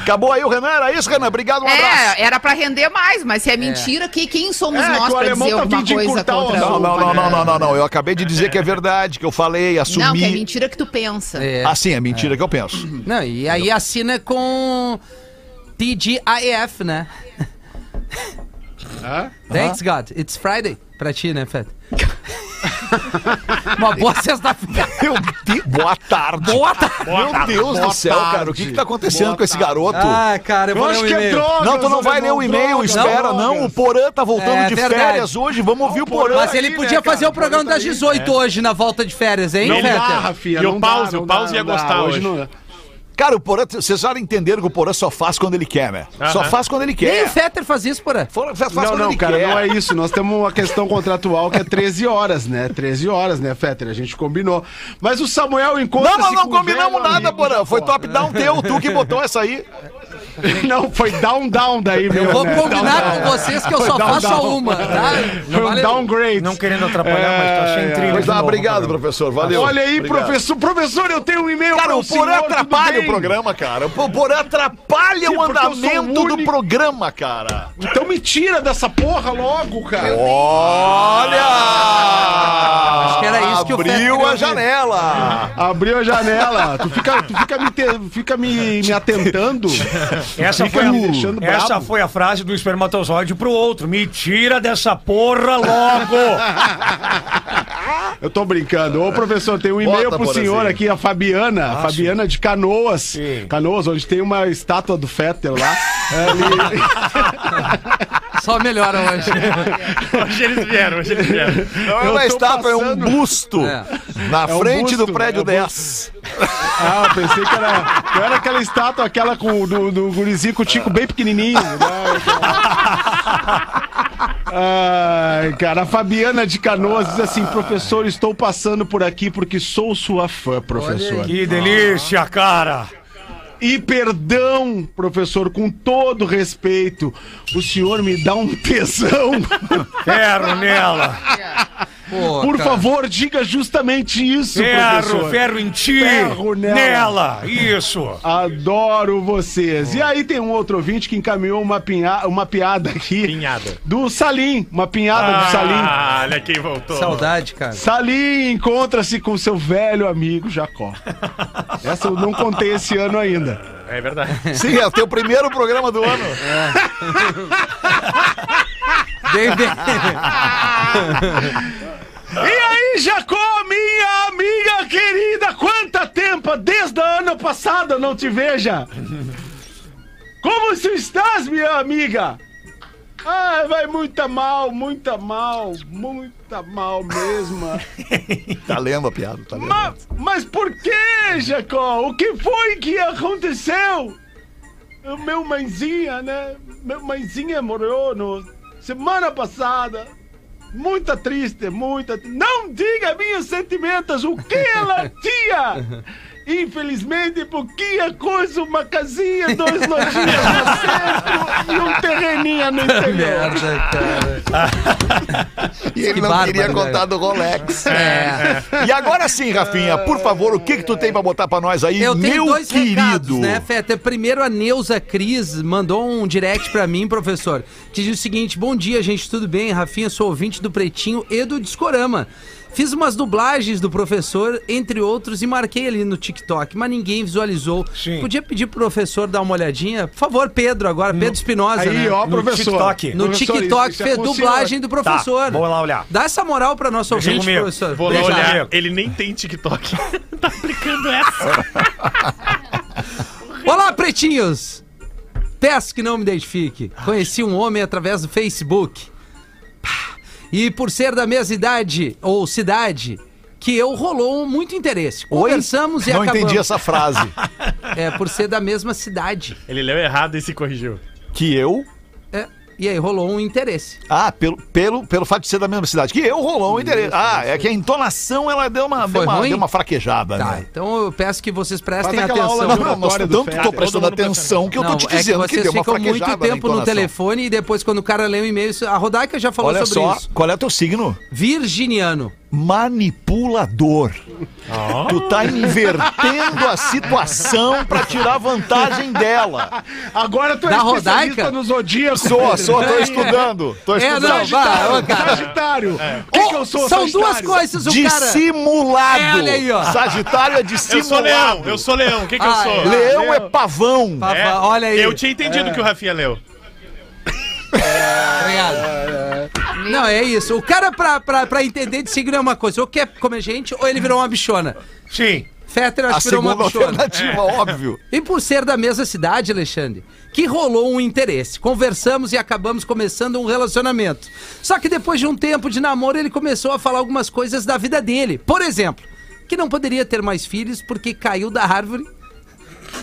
D: Acabou aí o Renan. Era isso, Renan. Obrigado, um abraço.
G: É, era pra render mais, mas se é mentira, que, quem somos
D: É,
G: nós
D: que o
G: pra
D: alemão
G: dizer
D: tá
G: alguma
D: vindo
G: coisa
D: encurtar o-
G: contra
D: não, não,
G: o
D: não, não,
B: né?
G: Magrano?
D: não, não,
B: (laughs)
D: não. Eu acabei de dizer que é verdade, que eu falei, assumi.
G: Não, que é mentira que tu pensa.
F: É.
D: Assim, é mentira que eu penso.
F: Não, e aí assina com TGIF, né? Thanks, God. It's Friday. Pra ti, né, Fed? (laughs) Uma boa sexta-feira.
D: Meu Deus, boa tarde.
F: Boa tarde.
D: Meu Deus do céu, cara. O que, que tá acontecendo com esse garoto?
F: Ah, cara, eu vou ler um
E: é
F: e-mail.
D: não, tu não vai ler o e-mail, espera, não. O Porã tá voltando
F: É,
D: de
F: verdade.
D: férias hoje. Vamos ouvir o Porã.
F: Mas ele podia
E: né,
F: fazer o programa das 18 hoje, na volta de férias, hein,
E: É. Não dá,
F: Feta?
E: Rafinha.
H: E Ah, o
E: não dá,
H: pause,
E: não
H: o pause
E: dá,
H: ia
E: não dá.
H: gostar hoje.
E: não- é.
D: Cara, o Porã, vocês já entenderam que o Porã só faz quando ele quer, né? Só
H: Aham.
D: faz quando ele
F: Nem
D: quer.
F: o Fetter faz isso, porra.
D: Fora- Faz
E: Não,
D: quando
E: não,
D: ele
E: cara,
D: quer.
E: não é isso. Nós temos uma questão contratual que é 13 horas, né? 13 horas, né, Fetter? A gente combinou. Mas o Samuel encontra.
D: Não, nós não combinamos nada, Porã. Foi top down
E: né?
D: teu, tu que botou essa aí.
E: (laughs) Não, foi down, down daí, meu.
F: Eu vou
E: né?
F: combinar
E: Down,
F: com vocês que eu só
E: Dá um
F: faço a
E: down.
F: uma, tá?
E: Foi um
F: Valeu.
E: downgrade.
I: Não querendo atrapalhar, mas tu achei
E: É,
I: incrível.
D: Pois
I: de
D: tá,
I: novo,
D: obrigado,
I: cara.
D: professor. Valeu.
E: Olha aí,
D: Obrigado.
E: professor. Professor, eu tenho um e-mail
D: Cara,
E: para
D: o Porã atrapalha o programa, cara. O Porã atrapalha
E: Sim,
D: o
E: porque eu sou
D: andamento
E: o
D: do
E: único-
D: programa, cara.
E: Então me tira dessa porra logo, cara.
D: Olha!
F: Acho que era isso que o Feta
D: Abriu
F: queria
D: a
F: ouvir.
D: janela.
E: Abriu a janela. Tu fica, tu fica me, te- fica me, me atentando.
I: Essa,
E: Fica
I: foi
E: me
I: a,
E: deixando
I: essa
E: brabo.
I: foi a frase do espermatozoide pro outro. Me tira dessa porra logo!
E: Eu tô brincando. Ô, professor, tem um e-mail
D: Bota,
E: pro
D: Porazinho.
E: senhor aqui, a Fabiana. a Fabiana de Canoas. Canoas, onde tem uma estátua do Fetter lá. (laughs) Ele-
F: Só melhora hoje.
H: (laughs) Hoje eles vieram, hoje eles vieram.
D: Não é
E: Eu
D: uma
E: tô
D: estátua, é um
E: passando-
D: busto.
F: É.
D: Na
E: É um
D: frente do
E: busto,
D: prédio
E: é um
D: 10.
E: Ah, eu pensei que era, que era aquela estátua, aquela com, do, do gurizinho com o tico bem pequenininho. né? Ai, cara, a Fabiana de Canoas diz assim: professor, estou passando por aqui porque sou sua fã, professor.
I: Que delícia, cara!
E: E perdão, professor, com todo respeito, o senhor me dá um (laughs) tesão.
I: Ferro
E: (laughs)
I: nela!
F: Pô,
E: Por
F: cara.
E: favor, diga justamente isso,
H: É
I: Ferro,
E: professor.
I: ferro em ti!
E: Ferro nela.
I: nela! Isso!
E: Adoro vocês. E aí tem um outro ouvinte que encaminhou uma, pinha, uma piada aqui.
H: Pinhada.
E: Do Salim. Uma pinhada do Salim.
H: Ah, olha quem voltou.
F: (laughs) Saudade, cara.
E: Salim encontra-se com seu velho amigo Jacó.
H: (laughs)
E: Essa eu não contei esse ano ainda.
H: É verdade.
D: Sim, é o teu primeiro programa do ano.
F: Bem, bem.
E: E aí, Jacó, minha amiga querida, quanta tempo desde a ano passada eu não te veja. Como tu estás, minha amiga? Ah, vai muita mal, muita mal, muita mal mesmo.
D: Tá lendo a piada, tá lendo.
E: Ma- mas por que, Jacó? O que foi que aconteceu? O meu mãezinha, né? Meu mãezinha morreu no semana passada.
F: (laughs)
E: Muita triste, muita. Não diga meus sentimentos, o que ela tinha? Infelizmente, pouquinha coisa, uma casinha, dois lojinhas no centro e um terreninho no interior.
F: (laughs) Merda, cara.
D: E ele
F: Que
D: não
F: bárbaro,
D: queria contar
F: né? É,
D: do
F: (laughs)
D: Rolex. E agora sim, Rafinha, por favor, o que que tu tem pra botar pra nós aí,
F: Eu
D: meu
F: tenho dois
D: querido?
F: recados, né, Feta? Primeiro, a Neuza Cris mandou um direct pra mim, professor, que diz o seguinte: Bom dia, gente, tudo bem? Rafinha, sou ouvinte do Pretinho e do Discorama. Fiz umas dublagens do professor, entre outros, e marquei ali no TikTok, mas ninguém visualizou. Podia pedir pro professor dar uma olhadinha? Por favor, Pedro, agora, Pedro Espinosa. né?
E: professor.
I: TikTok.
F: No
E: Professor,
F: TikTok,
E: isso- isso
F: fez
E: é com o
F: dublagem do professor.
I: Tá, vamos lá olhar.
F: Dá essa moral pra nossa
I: Deixa
F: ouvinte,
I: comigo.
F: professor.
H: Vou lá
I: Beijo,
H: olhar.
I: amigo.
H: Ele nem tem
F: (laughs)
H: TikTok. tá aplicando essa.
F: Olá, pretinhos! Peço que não me identifique. Conheci um homem através do Facebook. Pá. E por ser da mesma idade ou cidade que eu, rolou um muito interesse. Conversamos e
D: Não
F: acabamos.
D: entendi essa frase.
F: (laughs) É, por ser da mesma cidade.
H: Ele leu errado e se corrigiu.
D: Que eu...
F: É, E aí, rolou um interesse.
D: Ah, pelo, pelo, pelo fato de ser da mesma cidade. Que eu rolou o interesse. Ah, é que a entonação ela deu uma, deu
F: Foi
D: uma,
F: ruim?
D: deu uma fraquejada,
F: Tá,
D: né?
F: então eu peço que vocês prestem
E: aquela
F: atenção.
E: aula
D: Não,
E: de
D: não, mas
E: Oratório do
D: tanto que
E: Feta.
D: tô prestando
H: Todo mundo
D: atenção que eu tô
F: Não,
D: te dizendo
F: é
D: que,
F: que vocês
D: deu uma
F: ficam muito
D: fraquejada na
F: tempo no
D: entonação.
F: telefone e depois quando o cara lê o e-mail, isso- a Rodaica já falou
D: Olha
F: sobre
D: só,
F: isso.
D: qual é o teu signo?
F: Virginiano.
D: Manipulador. Tu tá invertendo a situação pra tirar vantagem dela.
E: Agora tu é
F: Da
E: especialista
F: Rodaica?
E: no zodíaco.
D: Sou, sou,
F: (laughs)
D: tô estudando. Tô
F: É,
D: estudando.
F: não, vai, ô, cara.
E: Sagitário. O que, que eu sou,
F: É. São duas
E: Sagitário?
F: coisas, o cara...
D: Dissimulado.
F: É, olha aí, ó.
D: Sagitário é
H: Eu sou
D: dissimulado.
H: leão, eu sou leão. O que, que eu
F: Ah,
H: sou?
F: é.
D: Leão
E: Leão.
D: é pavão.
F: Pavão.
H: É,
F: Olha aí. É.
H: Eu tinha entendido que o Rafinha leu.
F: Obrigado. Não, é isso. O cara, pra, pra, pra entender de signo, é uma coisa. Ou que é como gente, ou ele virou uma bichona.
I: Sim.
F: Fetter, acho
D: A
F: que virou uma
D: segunda
F: bichona.
D: alternativa,
F: (laughs)
D: óbvio.
F: E por ser da mesma cidade, Alexandre, que rolou um interesse. Conversamos e acabamos começando um relacionamento. Só que depois de um tempo de namoro, ele começou a falar algumas coisas da vida dele. Por exemplo, que não poderia ter mais filhos porque caiu da árvore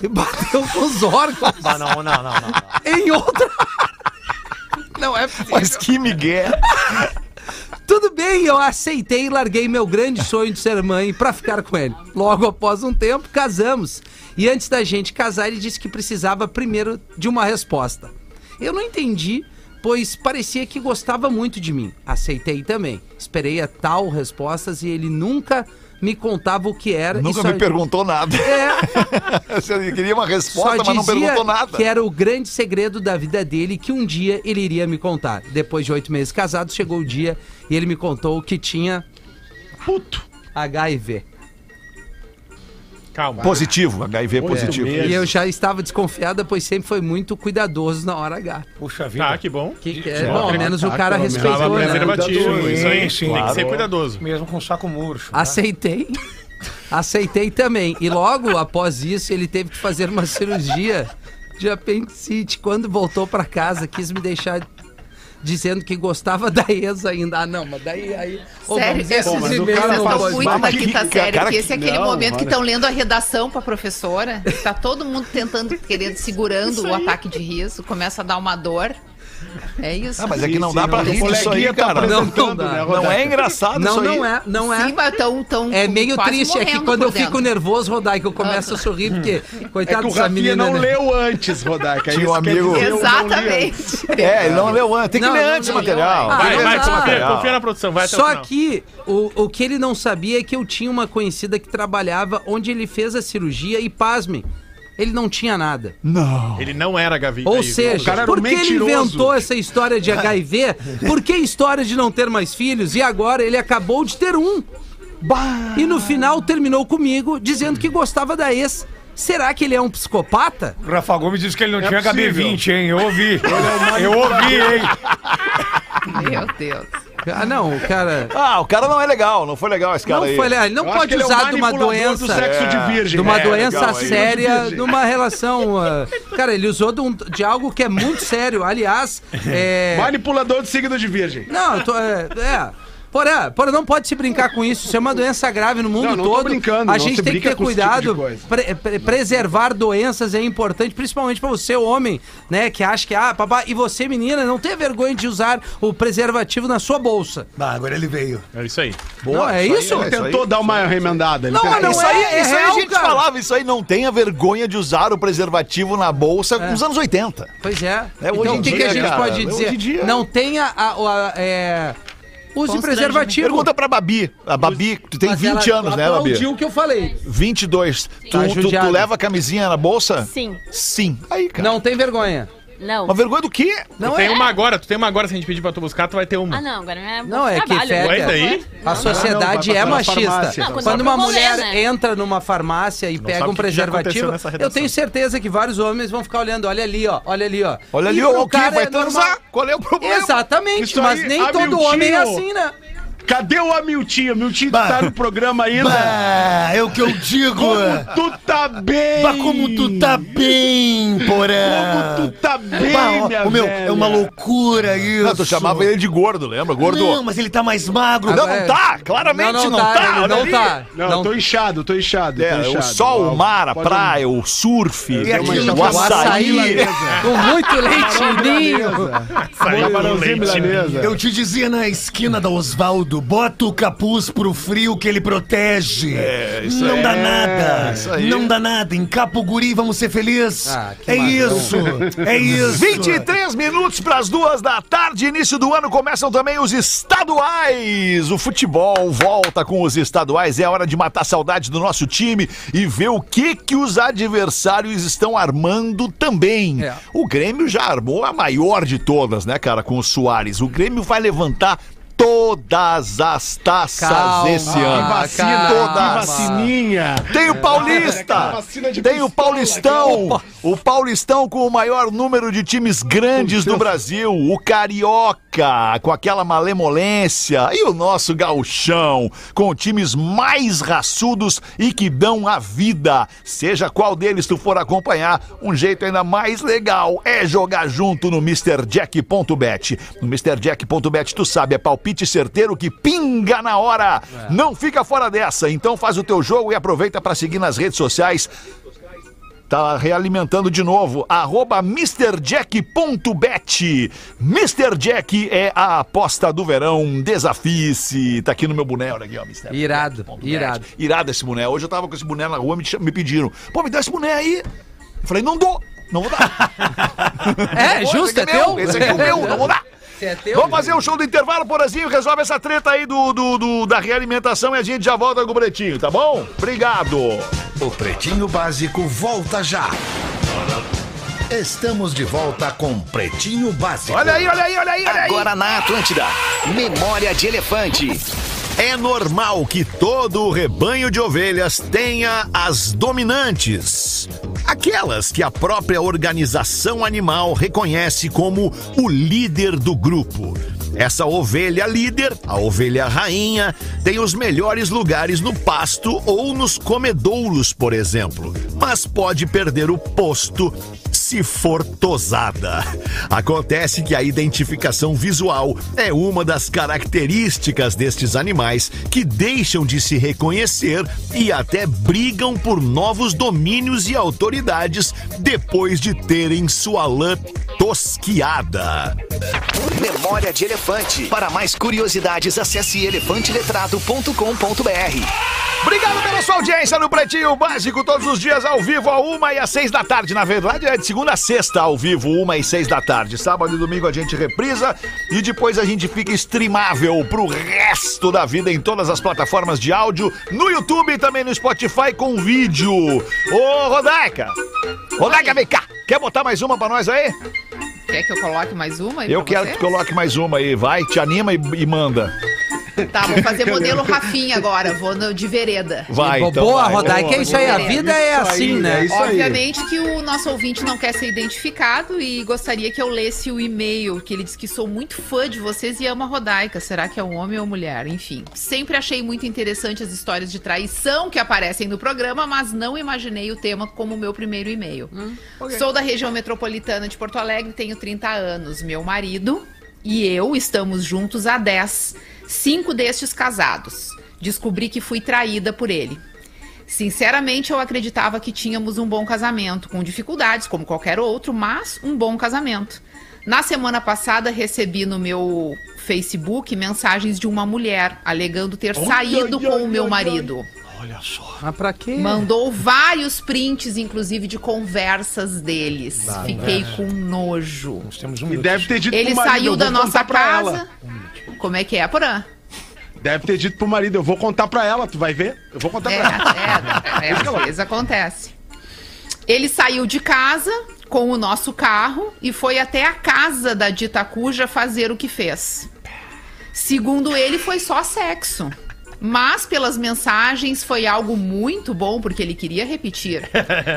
F: e bateu com os órgãos
I: Ah, não, não, não, não. não.
F: em outra Não é possível.
D: Mas que migué.
F: Tudo bem, eu aceitei e larguei meu grande sonho de ser mãe pra ficar com ele. Logo após um tempo, casamos. E antes da gente casar, ele disse que precisava primeiro de uma resposta. Eu não entendi, pois parecia que gostava muito de mim. Aceitei também. Esperei a tal respostas e ele nunca me contava o que era. e
D: Nunca
F: só-
D: me perguntou nada.
B: (laughs)
F: É,
D: Você queria uma
F: só
D: resposta, mas não
F: dizia
D: perguntou nada.
F: que era o grande segredo da vida dele que um dia ele iria me contar. Depois de oito meses casados, chegou o dia e ele me contou que tinha
E: Puto.
F: HIV.
H: Calma.
D: Positivo,
B: é
D: HIV positivo.
E: mesmo.
F: E eu já estava desconfiada, pois sempre foi muito cuidadoso na hora H.
I: Puxa vida.
H: Tá, que bom.
F: Que que é? Bom, ao menos o cara
H: Tava
F: respeitou, né?
H: preservativo, isso aí.
I: Sim,
H: Tem que
I: claro.
H: ser cuidadoso.
I: Mesmo com o saco murcho. né?
F: Aceitei. Aceitei também. E logo após isso, ele teve que fazer uma cirurgia de apendicite. Quando voltou pra casa, quis me deixar dizendo que gostava da ex ainda. Ah, não, mas daí aí. Ô,
G: Sério,
F: vamos ver
G: eu-
F: esses
G: vocês
E: o
F: e-mails
E: cara
F: não
E: faz
G: estão
F: podem.
G: muito da quinta série,
D: cara,
G: que esse é aquele
E: não,
G: momento que
E: olha.
G: estão lendo a redação pra professora, tá todo mundo tentando,
F: (laughs)
G: querendo, segurando o ataque de riso, começa a dar uma dor. É isso.
D: Ah, mas é que não dá pra rir disso aí,
E: Coleguinha tá
D: cara.
F: Não,
D: Não,
F: não dá.
E: Rodaica?
D: é engraçado
F: né? Não,
D: isso aí.
F: não é, não é.
G: Sim, mas tão, tão
F: É meio
G: quase
F: triste, é que
G: morrendo
F: quando
G: por
F: eu fico
G: dentro. É.
F: nervoso, Rodaica, eu começo a sorrir, porque,
E: É
F: coitado
E: que o
F: dessa
E: Rafinha
F: menina.
E: não
F: né?
E: leu antes, Rodaica.
D: Tinha um
E: Isso quer
D: amigo-
E: dizer, eu não li antes.
G: Exatamente.
F: (laughs)
D: É, ele não leu antes. Tem que
F: Não,
D: ler
F: não
D: antes o
F: leu.
B: é
D: material.
F: Ah,
D: Tem
H: Vai,
D: que ler
H: vai,
D: antes o
H: confia,
D: material.
H: confia na produção, vai até o
F: Só
H: final.
F: que o, o que ele não sabia é que eu tinha uma conhecida que trabalhava onde ele fez a cirurgia e, pasmem, ele não tinha nada.
H: Ele não era Gavi.
F: Ou
H: aí,
F: seja,
E: cara era um
F: por que ele
E: mentiroso.
F: inventou essa história de (laughs) HIV? Por que a história de não ter mais filhos? E agora ele acabou de ter um. E no final terminou comigo dizendo que gostava da ex. Será que ele é um psicopata?
I: O Rafa Gomes disse que ele não
H: É
I: tinha
E: possível.
I: HB20, hein? Eu ouvi.
F: é
I: Eu ouvi,
F: (laughs)
I: hein?
G: Meu Deus.
F: Ah, não,
E: (laughs)
F: cara.
D: Ah, o cara não é legal, não foi legal esse cara
F: Não
D: aí.
F: foi, ele não
E: Eu acho
F: pode
E: que ele é o
F: usar de uma
E: manipulador
F: doença.
E: do sexo de virgem.
F: de uma
E: É,
F: doença
D: legal aí.
E: (laughs)
F: séria,
E: Virgem.
F: numa relação. ah, cara, ele usou de, um- de algo que é muito sério. Aliás, é.
E: Manipulador de signo de virgem.
F: Não, eu tô, é. é. Porã, porã, não pode se brincar com isso. Isso é uma doença grave no mundo
E: Não, não tô
F: todo.
E: brincando,
F: a
E: não
F: gente
E: se
F: tem que
E: brinca
F: ter
E: com esse tipo de
F: cuidado.
E: coisa.
F: Pre- pre- preservar doenças é importante, principalmente pra você, homem, né? Que acha que, ah, papá, e você, menina, não tenha vergonha de usar o preservativo na sua bolsa.
I: Bah, agora ele veio.
H: É isso aí.
F: não, é isso?
E: Ele tentou dar uma remendada. ele
F: Não,
E: tentou.
F: mas não
D: Isso
F: é,
D: aí,
F: é
D: isso aí
F: real,
D: a gente
F: cara.
D: falava
B: usava isso aí, não tenha vergonha de usar o preservativo na bolsa nos anos 80.
F: Pois é.
B: É, hoje
F: então,
B: em
F: o que,
B: dia,
F: que a gente
B: cara,
F: pode
B: hoje
F: dizer?
B: em dia.
F: Não tenha a, a- é, use
G: Constrangimento.
F: preservativo.
B: Pergunta pra Babi. A Babi, tu tem
F: Mas
B: 20
F: ela
B: anos, né,
F: aplaudiu
B: Babi?
F: o que eu falei.
B: 22. Tu,
F: Tá
B: tu, tu
F: judiada.
B: leva a camisinha na bolsa?
C: Sim.
B: Sim. Aí, cara.
F: Não tem vergonha.
C: Não.
B: Uma vergonha do quê?
F: Não
H: Tem
F: é.
H: uma agora, tu tem uma agora, se a gente pedir pra tu buscar, tu vai ter uma.
C: Ah, não, agora é
F: Não, é que
C: trabalho,
F: fede.
C: por
H: Ué, daí?
C: favor.
F: A sociedade
E: vai
F: é
E: passar na
F: machista.
E: farmácia.
C: Não,
F: quando
C: quando
F: uma
C: vai pro
F: mulher
C: rolê, né?
F: entra numa farmácia e pega
H: sabe
F: um
H: o que já aconteceu
F: preservativo,
H: nessa
F: eu
H: redação.
F: tenho certeza que vários homens vão ficar olhando. Olha ali, ó. Olha ali, ó.
B: Olha
F: E
B: ali,
F: pro
B: ó, o que
F: cara
B: vai
F: é normal.
B: transar? Qual é o problema?
F: Exatamente,
E: Isso
F: mas
E: aí,
F: nem
E: abre
F: todo
E: o
F: homem é
E: tio.
F: assim, né?
E: Cadê o Amiltinho? Amiltinho
I: Bah.
E: tá no programa ainda.
I: Bah, Ah, é o que eu digo.
E: Como tu tá bem!
I: Bah, como tu tá bem, porã.
E: Como tu tá bem,
I: Bah, ó,
E: minha
I: o meu, é
E: velha.
I: uma loucura isso.
B: Não, tu chamava ele de gordo, lembra? Gordo.
I: Não, mas ele tá mais magro.
B: Não,
I: Não,
F: Agora-
B: não tá. Claramente não,
F: ele
B: tá. olha
F: não
B: ali.
F: tá.
E: Não, eu tô inchado, tô inchado.
B: É,
E: tô
B: o
E: inchado.
B: sol, o mar, a
E: Pode-
B: praia, o surf,
I: E aquilo
B: o
I: que eu
B: açaí. (laughs)
F: (laughs) com muito leite ninho.
B: é
E: Camarãozinho milanesa.
I: Eu te dizia na esquina da Osvaldo, bota o capuz pro frio que ele protege.
B: É, isso
I: não
B: aí.
I: dá
B: É,
I: nada.
B: isso aí.
I: Não dá nada. Encapa o guri, vamos ser felizes.
F: Ah, que
I: é
F: magrão.
I: isso.
F: (laughs)
I: É isso.
B: 23 minutos para as duas da tarde, início do ano, começam também os estaduais. O futebol volta com os estaduais, é hora de matar a saudade do nosso time e ver o que que os adversários estão armando também.
F: É.
B: O Grêmio já armou a maior de todas, né, cara, com o Soares. O Grêmio vai levantar todas as taças
F: Calma,
B: esse ano.
F: Ah, que vacina, que
B: todas.
E: Vacininha.
B: Tem o
E: Aquela
B: Paulista,
E: vacina de
B: tem o
E: pistola,
B: Paulistão, o Paulistão com o maior número de times grandes do Brasil, o Carioca com aquela malemolência e o nosso Gauchão com times mais raçudos e que dão a vida. Seja qual deles tu for acompanhar, um jeito ainda mais legal é jogar junto no MrJack.bet. No MrJack.bet tu sabe, é palpite certeiro que pinga na hora. Não fica fora dessa, então faz o teu jogo e aproveita para seguir nas redes sociais Tá realimentando de novo. Arroba MrJack.bet. Mr. Jack é a aposta do verão. Desafie-se. Tá aqui no meu boné, olha aqui, ó. Mr.
F: Irado,
B: Jack.bet.
F: irado.
B: Irado esse boné. Hoje eu tava com esse boné na rua, me, cham- me pediram. Pô, me dá esse boné aí. Eu falei, não dou. Não vou
F: (laughs)
B: dar.
F: É,
B: Esse
F: justo, é
B: aqui meu,
F: teu.
B: Esse aqui é o meu, não vou
F: (laughs)
B: dar.
F: Esse é teu.
B: Vamos fazer o show do intervalo, Porazinho. Resolve essa treta aí do, do- do- da realimentação e a gente já volta com o Bretinho, tá bom? Obrigado.
J: O Pretinho Básico volta já. Estamos de volta com Pretinho Básico.
B: Olha aí, olha aí, olha aí, olha aí.
D: Agora na Atlântida. Memória de elefante.
B: É normal que todo rebanho de ovelhas tenha as dominantes. Aquelas que a própria organização animal reconhece como o líder do grupo. Essa ovelha líder, a ovelha rainha, tem os melhores lugares no pasto ou nos comedouros, por exemplo, mas pode perder o posto se for tosada. Acontece que a identificação visual é uma das características destes animais que deixam de se reconhecer e até brigam por novos domínios e autoridades depois de terem sua lã tosquiada.
D: Memória de elefante. Para mais curiosidades, acesse elefanteletrado.com.br.
B: Obrigado pela sua audiência no Pretinho Básico, todos os dias ao vivo, a uma e às seis da tarde. Na verdade, é de segunda a sexta ao vivo, uma e seis da tarde. Sábado e domingo a gente reprisa e depois a gente fica streamável pro resto da vida em todas as plataformas de áudio, no YouTube e também no Spotify com vídeo. Ô, Rodaica! Rodaica, vem cá! Quer botar mais uma pra nós aí?
G: Quer que eu coloque mais uma? aí
B: Eu
G: pra
B: quero que
G: vocês?
B: tu coloque mais uma aí, vai, te anima e, e manda.
G: Tá,
D: (laughs)
G: vou fazer modelo Rafinha agora, vou no- de vereda.
B: Vai,
F: Bo-
B: então.
F: Boa,
B: vai.
F: Rodaica, é isso aí. A vida é
E: Isso aí,
F: assim,
E: é
F: né?
E: isso aí.
G: Obviamente que o nosso ouvinte não quer ser identificado e gostaria que eu lesse o e-mail, que ele diz que sou muito fã de vocês e ama a Rodaica. Será que é um homem ou mulher? Enfim, sempre achei muito interessante as histórias de traição que aparecem no programa, mas não imaginei o tema como meu primeiro e-mail. Sou da região metropolitana de Porto Alegre, tenho 30 anos. Meu marido e eu estamos juntos há 10, cinco destes casados. Descobri que fui traída por ele. Sinceramente, eu acreditava que tínhamos um bom casamento, com dificuldades, como qualquer outro, mas um bom casamento. Na semana passada, recebi no meu Facebook mensagens de uma mulher alegando ter saído com o meu marido.
F: Mas Ah, pra quê?
G: Mandou vários prints, inclusive, de conversas deles. Fiquei
F: né?
G: com nojo.
I: Nós temos um
E: E
I: minuto.
E: deve ter dito
G: Ele
E: pro marido,
G: saiu
E: eu
G: da
E: vou
G: nossa
E: contar pra
G: casa.
E: ela. Um
G: Como é que é, Porã?
E: Deve ter dito pro marido, eu vou contar pra ela, tu vai ver? Eu vou contar
G: É,
E: pra ela.
G: é, é, às vezes acontece. Ele saiu de casa com o nosso carro e foi até a casa da dita cuja fazer o que fez. Segundo ele, foi só sexo. Mas pelas mensagens foi algo muito bom porque ele queria repetir.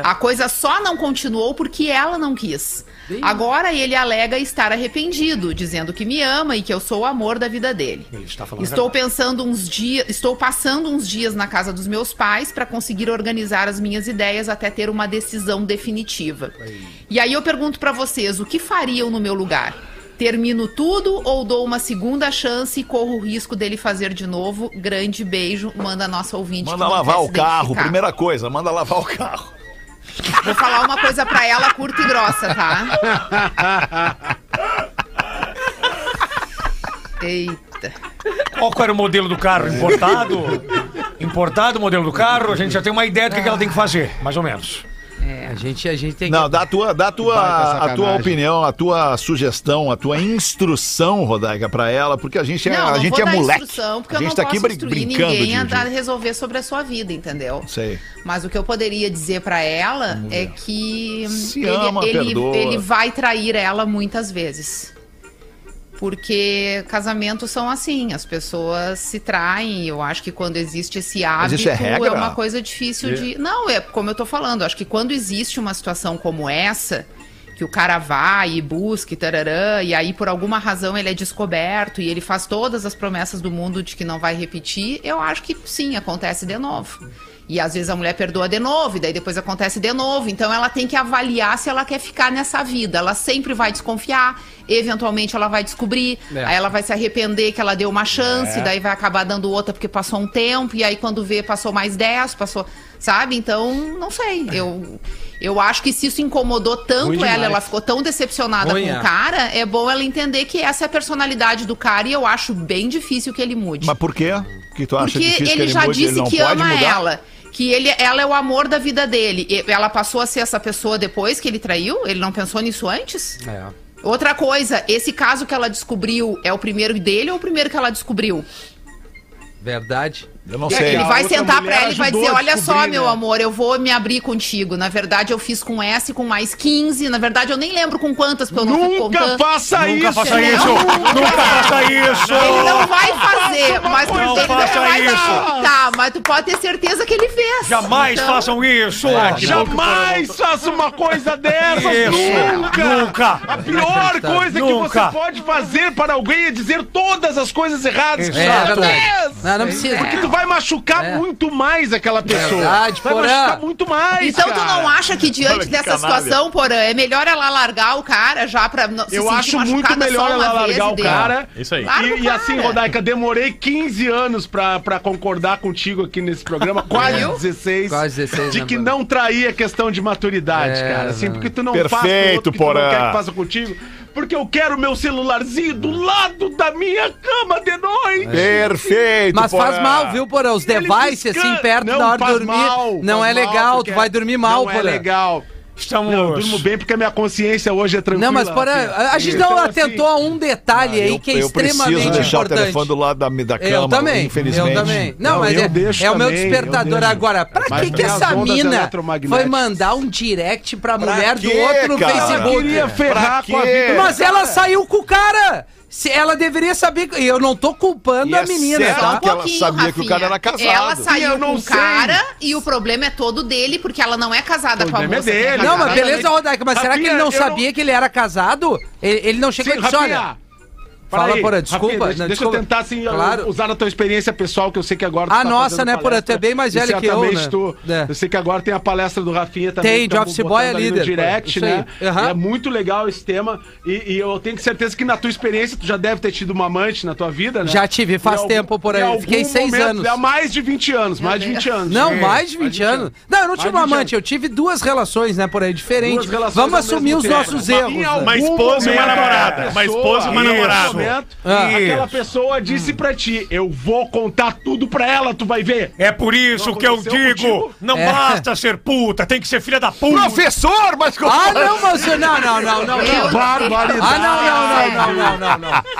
G: A coisa só não continuou porque ela não quis. Agora ele alega estar arrependido, dizendo que me ama e que eu sou o amor da vida dele. Estou pensando uns dias, estou passando uns dias na casa dos meus pais para conseguir organizar as minhas ideias até ter uma decisão definitiva. E aí eu pergunto para vocês, o que fariam no meu lugar? Termino tudo ou dou uma segunda chance e corro o risco dele fazer de novo? Grande beijo, manda a nossa ouvinte.
D: Manda
G: que não
D: lavar
G: quer
D: o
G: se
D: carro,
G: identificar.
D: primeira coisa, manda lavar o carro.
G: Vou falar uma coisa pra ela curta e grossa, tá? Eita.
I: Ó, qual era o modelo do carro? Importado? Importado o modelo do carro, a gente já tem uma ideia do que, que ela tem que fazer, mais ou menos.
F: A gente, a gente tem
D: Não, dá a tua, dá a tua,
E: baita
D: a tua
E: sacanagem.
D: opinião, a tua sugestão, a tua instrução, Rodaica, pra ela, porque a gente é,
G: Não,
D: a
G: não
D: gente
G: vou
D: é
G: dar
D: moleque.
G: instrução, porque
D: a gente
G: eu não
D: tá
G: posso
D: aqui brin-
G: instruir
D: brincando
G: ninguém
D: de,
G: a dar-
D: de...
G: resolver sobre a sua vida, entendeu?
D: Sei.
G: Mas o que eu poderia dizer pra ela é que
D: Se
G: ele,
D: ama,
G: ele-
D: perdoa.
G: ele vai trair ela muitas vezes. Porque casamentos são assim, as pessoas se traem. Eu acho que quando existe esse hábito,
D: isso é regra?
G: uma coisa difícil de. Não, é como eu tô falando, acho que quando existe uma situação como essa, que o cara vai e busca e tararã, e aí por alguma razão ele é descoberto e ele faz todas as promessas do mundo de que não vai repetir, eu acho que sim, acontece de novo. E às vezes a mulher perdoa de novo, e daí depois acontece de novo. Então ela tem que avaliar se ela quer ficar nessa vida. Ela sempre vai desconfiar, eventualmente ela vai descobrir,
F: É.
G: aí ela vai se arrepender que ela deu uma chance, daí vai acabar dando outra porque passou um tempo, e aí quando vê, passou mais 10, passou. Sabe? Então, não sei. Eu, eu acho que se isso incomodou tanto ela, ela ficou tão decepcionada
F: Ruim,
G: com
F: é.
G: o cara, é bom ela entender que essa é a personalidade do cara e eu acho bem difícil que ele mude.
D: Mas por quê? Que tu acha
G: Porque
D: difícil
G: ele,
D: que ele
G: já
D: mude, ele
G: disse
D: não
G: que
D: pode
G: ama
D: mudar?
G: ela. Que ele, ela é o amor da vida dele. E ela passou a ser essa pessoa depois que ele traiu? Ele não pensou nisso antes?
F: É.
G: Outra coisa, esse caso que ela descobriu é o primeiro dele ou o primeiro que ela descobriu?
F: Verdade.
D: Eu não
E: E
D: sei.
E: aquele
G: Ele
E: A
G: vai
E: outra
G: sentar pra
E: mulher
G: ela e vai
E: ajudou
G: dizer:
E: a
G: Olha só,
E: descobrir,
G: meu
E: né?"
G: amor, eu vou me abrir contigo. Na verdade, eu fiz com S, com mais 15. Na verdade, eu nem lembro com quantas, porque eu não fico
E: Nunca
G: contando.
E: faça
I: Nunca
E: isso!
I: faça isso! Nunca faça isso!
G: Ele não vai fazer, mas
I: coisa,
G: ele não
I: faça
G: vai
I: isso.
G: Tá, mas tu pode ter certeza que ele fez.
I: Jamais
G: Então,
I: façam isso!
E: Jamais faça uma coisa dessas!
I: Isso!
E: Nunca! A
I: Nunca!
E: pior coisa que
I: Nunca.
E: você pode fazer para alguém é dizer todas as coisas erradas que
I: É
E: você
F: verdade.
E: fez.
F: Não, não
G: É.
F: precisa.
E: Porque tu vai machucar
F: É.
E: muito mais aquela pessoa.
F: Verdade,
E: vai
F: Porã.
E: machucar muito mais.
G: Então tu
E: É cara.
G: não acha que diante dessa situação, Porã, é melhor ela largar o cara já pra não se
E: Eu
G: sentir
E: acho muito
G: machucada
E: melhor
G: só uma
E: ela
G: vez
E: largar
G: e
E: o
G: deu?
E: cara.
H: Isso aí.
G: Larga o
E: E, e assim,
G: cara.
E: Rodaica, demorei 15 anos pra, pra concordar contigo aqui
G: (laughs)
E: nesse programa, quase
G: Viu?
E: 16,
F: Quase 16,
E: de
F: né,
E: que
F: mano?
E: não trair a questão de maturidade,
F: É,
E: cara. Assim,
F: não.
E: porque tu não faz com o
D: Perfeito,
E: outro que tu não
D: Porã.
E: quer que faça contigo, porque eu quero meu celularzinho do lado da minha cama de noite.
D: Perfeito,
F: Mas faz
D: Porã.
F: mal, viu, Porã? Os
E: Ele
F: devices,
E: descansa.
F: assim, perto
E: Não,
F: da hora de
E: faz
F: dormir,
E: mal,
F: não é
E: faz mal,
F: legal,
E: porque
F: tu vai dormir mal,
E: Não é
F: Porã.
E: legal.
I: Estamos...
E: Não, eu durmo bem porque a minha consciência hoje é tranquila.
F: Não, mas Porã, a gente
E: Então,
F: não
E: assim,
F: atentou a um detalhe aí que é
D: eu
F: extremamente
D: preciso deixar o
F: importante.
D: telefone do lado da, da cama,
F: Eu também,
D: infelizmente.
F: eu também. Não,
E: Não,
F: mas
E: eu
F: é,
E: deixo
F: é o meu
E: também, eu
F: despertador
E: deixo.
F: agora. Pra
E: Mas
F: que que
E: tem as
F: essa
E: ondas
F: mina
E: eletromagnéticas.
F: foi mandar um direct pra, mulher
D: quê,
F: do outro no
D: cara?
F: Facebook?
E: queria
D: Tá Pra
E: ferrar
D: quê?
E: com a vida.
F: Mas ela saiu com o cara! Se ela deveria saber. que- Eu não tô culpando
D: E
F: a
D: é
F: menina,
D: certo
F: tá?
D: que ela sabia que o cara era
G: Um Rafinha.
D: casado.
G: Ela
E: E
G: saiu
E: eu não
G: com o
E: sei.
G: cara e o problema é todo dele, porque ela não é casada
E: O
G: com a
E: problema é
G: moça. né? que
E: dele.
F: Não,
G: casada.
F: mas beleza, Rodaica, mas será que
E: Rafinha,
F: ele não
E: eu
F: sabia que ele era casado? Ele, ele não
E: Sim,
F: chegou e disse:
E: Rafinha,
F: olha.
E: para
F: Fala,
E: aí.
F: Porã, desculpa,
E: Rafinha, deixa,
F: não,
E: deixa
F: desculpa.
E: eu tentar, assim,
F: Claro.
E: usar a tua experiência pessoal, que eu sei que agora tu tá
F: A nossa,
E: fazendo
F: né, Porã?
E: palestra.
F: Tu é bem mais
E: E
F: velho que eu,
E: certamente
F: né?
E: tu-
F: É.
E: Eu sei que agora tem a palestra do Rafinha também.
F: Tem,
E: que
F: de
E: tamo
F: Office Boy é
E: botando ali no
F: líder,
E: direct,
F: Porã.
E: né?
F: Isso aí. Aham.
E: É muito legal esse tema. E, e eu tenho certeza que na tua experiência tu já deve ter tido uma amante na tua vida, né?
F: Já tive, faz
E: Em algum-
F: tempo, Porã.
E: em algum é
F: Fiquei seis anos.
E: Há mais de 20 anos, mais de 20 anos.
F: Não,
E: É,
F: mais de 20 anos. Não, eu não tive
E: de
F: uma
E: 20
F: amante, eu tive duas relações, né, por aí, diferente.
E: Duas relações
F: Vamos
E: ao
F: assumir
E: mesmo
F: os
E: tempo. é
F: nossos
E: Mas
F: erros.
E: em
F: né?
E: algum
H: Uma esposa e uma
E: momento,
H: namorada.
E: a
H: Uma esposa e uma
E: pessoa-
H: namorada.
E: relacionamento
I: Ah.
E: e aquela
I: Isso.
E: pessoa disse pra ti: Eu vou contar tudo pra ela, tu vai ver.
I: É por isso
E: Não
I: que eu
E: aconteceu
I: digo,
E: contigo?
I: não
F: É.
I: basta ser puta, tem que ser filha da puta.
D: Professor, mas como...
F: Ah, não, mas não, não, não, não. não. Ah, não, não, não, não, não, não,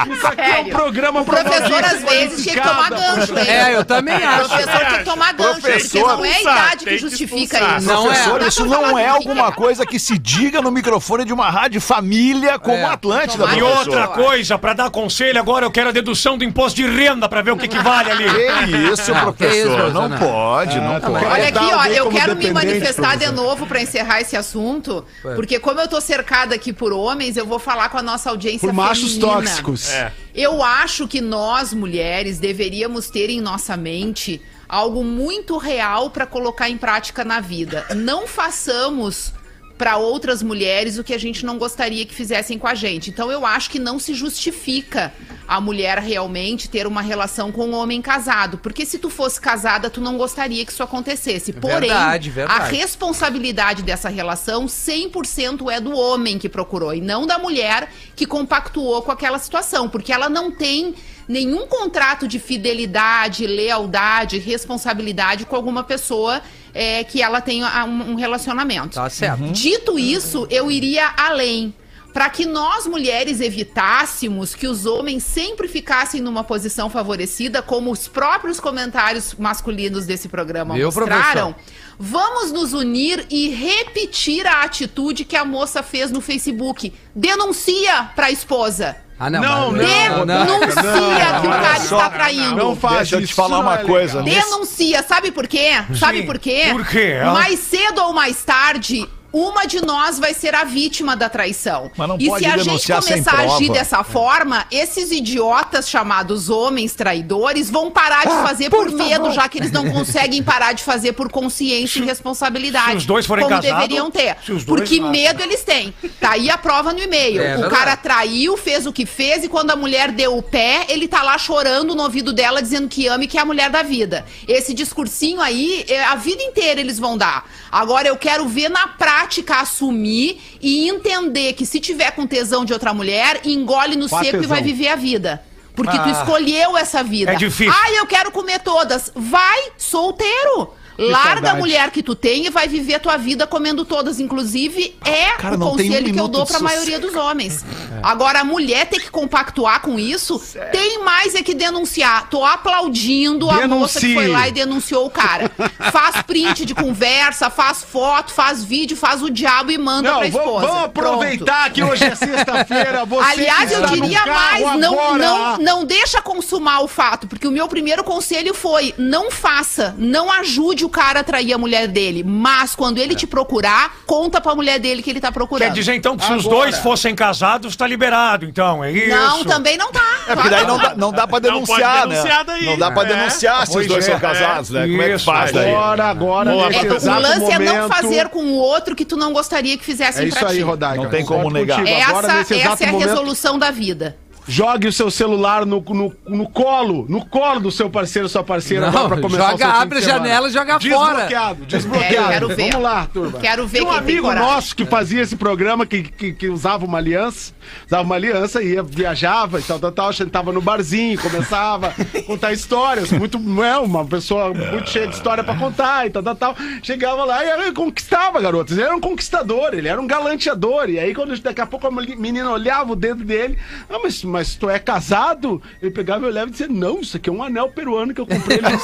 F: não.
E: Isso aqui é um
G: Sério.
E: programa
G: O professor, às vezes, tinha que tomar gancho, hein?
F: É, eu também
G: O
F: acho.
G: professor tem que tomar gancho, porque
D: Professor,
G: não é a idade que justifica isso.
F: Não é.
D: Professor,
G: Dá
D: isso
G: pra
D: não é
G: falar do que
D: alguma coisa que se diga no microfone de uma rádio família como
F: É.
D: a Atlântida,
G: Tomara
I: E
D: professor.
I: outra
H: é.
I: coisa, pra dar conselho, agora eu quero a dedução do imposto de renda pra ver o que, que vale ali.
D: Que isso,
F: Não, que isso,
D: professor?
F: professor,
D: não
F: não.
D: pode, não pode.
G: Olha aqui, ó,
E: é alguém
G: eu
E: como
G: quero me
E: dependente, É.
G: manifestar de novo para encerrar esse assunto, porque como eu tô cercada aqui por homens, eu vou falar com a nossa audiência
E: Por machos
G: feminina.
E: tóxicos.
G: Eu acho que nós, mulheres, deveríamos ter em nossa mente algo muito real para colocar em prática na vida. Não façamos para outras mulheres o que a gente não gostaria que fizessem com a gente. Então eu acho que não se justifica a mulher realmente ter uma relação com um homem casado, porque se tu fosse casada, tu não gostaria que isso acontecesse. Porém,
F: É Verdade, verdade.
G: a responsabilidade dessa relação 100% é do homem que procurou e não da mulher que compactuou com aquela situação, porque ela não tem nenhum contrato de fidelidade, lealdade, responsabilidade com alguma pessoa é, que ela tenha ah, um um relacionamento.
F: Tá certo.
G: Dito isso, eu iria além. Para que nós mulheres evitássemos que os homens sempre ficassem numa posição favorecida, como os próprios comentários masculinos desse programa
F: Viu,
G: mostraram, vamos nos unir e repetir a atitude que a moça fez no Facebook. Denuncia para a esposa.
F: Ah, não,
E: Não,
F: mas-
G: Denuncia que o cara está traindo.
E: Não faz
D: Deixa eu te
E: isso,
D: falar
E: não
D: uma
E: é
D: coisa.
E: legal.
D: Nesse-
G: Denuncia, sabe por quê? Sabe por quê?
I: por quê? Ah.
G: Mais cedo ou mais tarde, uma de nós vai ser a vítima da traição.
D: Mas não
G: e
D: pode
G: se a gente
D: denunciar sem
G: começar a agir
D: prova.
G: dessa forma, esses idiotas chamados homens traidores vão parar de fazer por, medo, já que eles não conseguem parar de fazer por consciência e responsabilidade.
I: se os dois forem
G: como
I: casados,
G: deveriam ter.
I: se os dois-
G: Porque
I: Ah,
G: medo eles têm. Tá aí a prova no e-mail.
F: É,
G: o
F: verdade.
G: cara traiu, fez o que fez, e quando a mulher deu o pé, ele tá lá chorando no ouvido dela, dizendo que ama e que é a mulher da vida. Esse discursinho aí, é, a vida inteira eles vão dar. Agora eu quero ver na prática assumir e entender que se tiver com tesão de outra mulher, engole no seco e vai viver a vida. Porque
D: Ah.
G: tu escolheu essa vida.
I: é difícil.
G: Ah, eu quero comer todas. Vai solteiro. Larga a mulher que tu tem e vai viver tua vida comendo todas. Inclusive, é
D: Cara,
G: o
D: não tem um
G: conselho que eu
D: minuto
G: dou
D: de
G: pra
D: sossego. É.
G: maioria dos homens. Agora, a mulher tem que compactuar com isso, tem mais é que denunciar. Tô aplaudindo a moça que foi
E: Denuncie.
G: lá e denunciou o cara. faz print de conversa, faz foto, faz vídeo, faz o diabo e manda
E: Não,
G: pra esposa.
E: vamos, vamos aproveitar que hoje é sexta-feira.
G: Pronto.
E: Você
G: Aliás,
E: que
G: eu
E: está no
G: diria mais,
E: carro
G: não,
E: agora,
G: não, não deixa consumar o fato, porque o meu primeiro conselho foi, não faça, não ajude o cara a trair a mulher dele, mas quando
E: É.
G: ele te procurar, conta pra mulher dele que ele tá procurando.
I: Quer dizer então que se os dois fossem casados, tá liberado, então, é isso.
G: Não, também não tá.
D: É porque daí não dá, não dá pra
H: Não
D: denunciar,
H: pode denunciar
D: né?
H: daí.
D: Não dá pra
H: É.
D: denunciar se os
I: Pois
D: dois
I: é.
D: são casados, né? Como é que
I: Isso,
D: faz daí?
E: Agora, agora,
H: Boa,
E: nesse
G: É, o
E: exato
G: lance é não
E: momento.
G: fazer com o outro que tu não gostaria que
E: É
G: fizessem
E: isso
G: pra ti.
E: aí, Rodaica.
D: Não tem como
E: Concordo
D: negar.
E: contigo. Agora,
G: Essa,
E: nesse
G: essa
E: exato
G: é a
E: momento,
G: resolução da vida.
E: Jogue o seu celular no, no, no colo, no colo do seu parceiro, sua
F: Não,
E: parceira, agora pra começar
F: joga-
E: o seu fim de
F: abre a
E: semana.
F: janela e joga
E: Desbloqueado, desbloqueado.
G: É, quero ver.
E: Vamos lá, turma.
G: Quero ver
E: Tinha um
G: quem tem
E: amigo
G: coragem.
E: nosso que fazia esse programa, que, que, que usava uma aliança, usava uma aliança e ia, viajava e tal, tal, tal, sentava no barzinho, começava a contar histórias, muito, não é uma pessoa muito cheia de história pra contar e tal, tal, tal. Chegava lá e era, conquistava, garotos. Ele era um conquistador, ele era um galanteador. E aí, quando daqui a pouco a moli- menina olhava o dedo dele, ah, mas, mas tu é casado? Ele pegava e olhava e dizia, não, isso aqui é um anel peruano que eu comprei no
G: Meu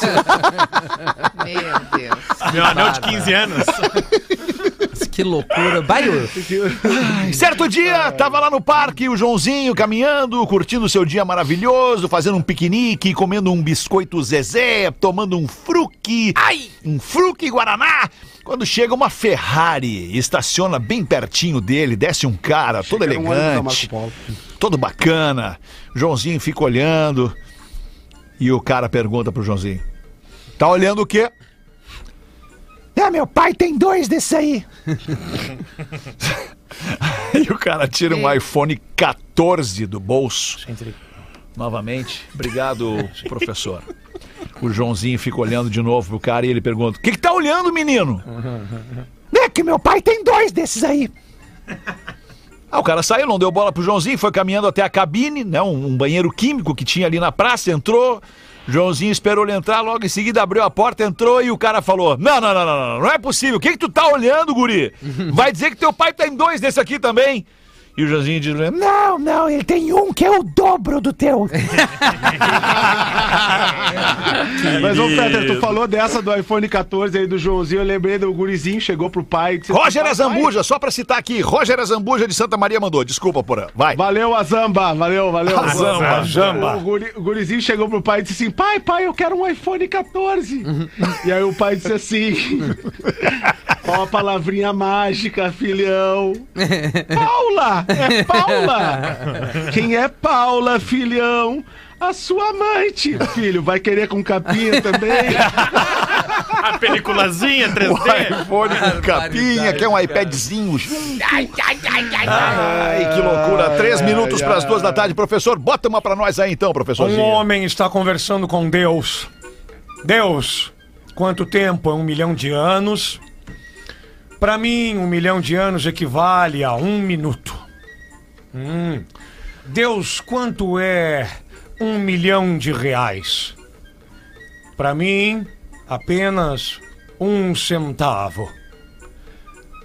G: Deus.
H: Meu anel de 15 anos.
F: Que loucura. Vai,
E: (laughs)
F: ô.
D: Certo dia, tava lá no parque o Joãozinho caminhando, curtindo seu dia maravilhoso, fazendo um piquenique, comendo um biscoito Zezé, tomando um fruque, um fruque Guaraná. Quando chega uma Ferrari, estaciona bem pertinho dele, desce um cara todo
E: Era um ônibus da
D: elegante,
E: Marco Polo.
D: todo bacana. Joãozinho fica olhando e o cara pergunta pro Joãozinho: Tá olhando o quê? Ah, meu pai tem dois desses aí. E o cara tira um iPhone 14 do bolso. Novamente, obrigado, professor. O Joãozinho fica olhando de novo pro cara e ele pergunta: O que, que tá olhando, menino? É que meu pai tem dois desses aí.
B: Ah, o cara saiu, não deu bola pro Joãozinho, foi caminhando até a cabine, né? Um, um banheiro químico que tinha ali na praça, entrou. Joãozinho esperou ele entrar, logo em seguida abriu a porta, entrou e o cara falou: Não, não, não, não, não, não é possível. O que, que tu tá olhando,
G: (laughs)
B: guri? Vai dizer que teu pai tem dois desse aqui também. E o Joãozinho diz: Não, não, ele tem um que é o dobro do
G: (laughs)
B: teu.
E: Mas, ô Peter, tu falou dessa do iPhone 14 aí do Joãozinho, eu lembrei do gurizinho, chegou pro pai. disse,
B: Roger
E: "Papai,
B: Azambuja, só pra citar aqui, Roger Azambuja de Santa Maria mandou. Desculpa, Porã. Vai.
E: Valeu, Azamba, valeu, valeu.
B: Azamba.
E: Azamba. O, guri- o gurizinho chegou pro pai e disse assim, pai, pai, eu quero um iPhone 14. E aí o pai disse assim, ó a palavrinha mágica, filhão. Paula, é Paula. Quem é Paula, filhão? A sua amante, filho, vai querer com capinha também?
H: A peliculazinha
B: O
H: 3D.
B: iPhone com capinha, que é um iPadzinho. Ai, que loucura. Três minutos para as duas da tarde. Professor, bota uma para nós aí então,
I: Um
B: professorzinho.
I: homem está conversando com Deus. Deus, quanto tempo é um milhão de anos? Para mim, um milhão de anos equivale a um minuto. Hum. Deus, quanto é um milhão de reais? Para mim, apenas um centavo.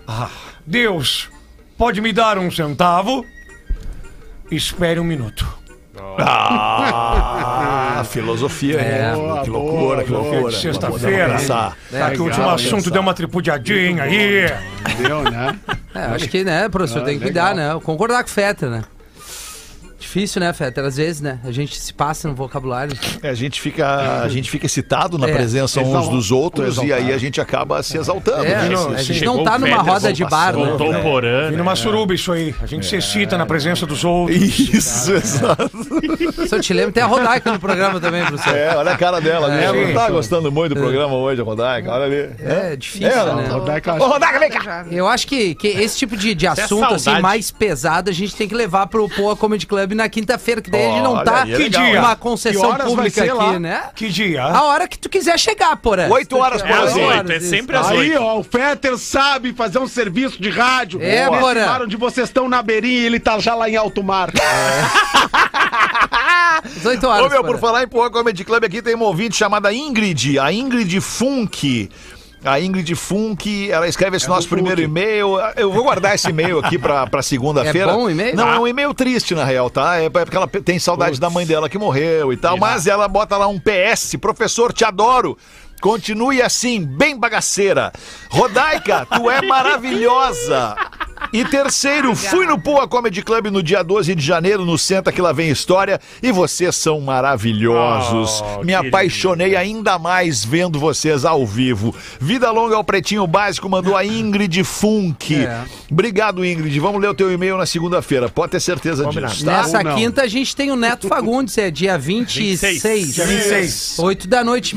I: Ah, Deus, pode me dar um centavo? Espere um minuto.
B: Ah, filosofia. né? que loucura, que
I: Porque
B: loucura.
I: de sexta-feira.
B: Pensar.
F: É,
I: Tá que o último assunto deu uma tripudiadinha aí.
E: Deu, né?
F: É, acho que, né, professor,
E: Ah,
F: tem que cuidar, né? Concordar com o Fetter, né? Difícil, né, Fetter? Às vezes, né? A gente se passa no vocabulário.
B: É, A gente fica, a gente fica excitado na
F: É.
B: presença uns
E: Exal-
B: dos outros e aí a gente acaba se exaltando.
F: É,
B: né?
F: não, a
B: Esse-
F: gente não tá numa roda de bar, né?
H: Voltou o Porã.
I: E
H: né?
I: numa suruba isso aí. A gente se excita na presença dos outros.
B: Isso,
F: né?
B: exato.
F: Só te lembro, tem a Rodaica no programa também, professor. É,
B: É, olha a cara dela. né? Ela não
I: sim.
B: tá gostando muito do programa hoje, Rodaica. Olha ali.
F: difícil,
B: É,
F: né?
E: Rodaica,
B: Ô, Rodaica, vem cá.
F: Eu acho que, que esse tipo de, de assunto, assim,
H: saudade.
F: mais pesado, a gente tem que levar pro Poa Comedy Club na quinta-feira, que daí a gente não
B: Olha
F: tá
B: aí, é
I: legal, né?
F: uma
I: Que
F: concessão
I: horas vai
F: pública
I: ser
F: aqui,
I: lá?
F: né?
I: Que dia?
F: A hora que tu quiser chegar, porra.
B: Oito horas,
H: É às
B: Porãzinho.
F: Oito
H: oito, é
F: horas, isso.
H: sempre às
E: Aí,
H: oito.
E: ó, o Fetter sabe fazer um serviço de rádio.
F: É,
E: Nesse
F: Porã.
E: mar onde vocês estão na beirinha e ele tá já lá em alto mar.
F: Às oito horas.
B: Ô, meu, por
F: porra.
B: falar em Porra Comedy Club, aqui tem uma ouvinte chamada Ingrid, a Ingrid Funk. A Ingrid Funk, ela escreve esse nosso primeiro e-mail. Eu vou guardar esse e-mail aqui pra, pra segunda-feira.
F: É bom o e-mail?
B: Não, é um e-mail triste, na real, tá? É porque ela tem saudade da mãe dela que morreu e tal. Mas ela bota lá um PS. Professor, te adoro. Continue assim, bem bagaceira. Rodaica, tu é maravilhosa. E terceiro, fui no Poa Comedy Club no dia 12 de janeiro, no Senta Que Lá Vem História, e vocês são maravilhosos. Me apaixonei ainda mais vendo vocês ao vivo. Vida longa ao Pretinho Básico, mandou a Ingrid Funk.
F: É.
B: Obrigado, Ingrid. Vamos ler o teu e-mail na segunda-feira, pode ter certeza disso, tá?
F: Nessa
E: Ou não.
F: quinta a gente tem o Neto Fagundes, é dia 26.
I: 26.
F: 8 da noite,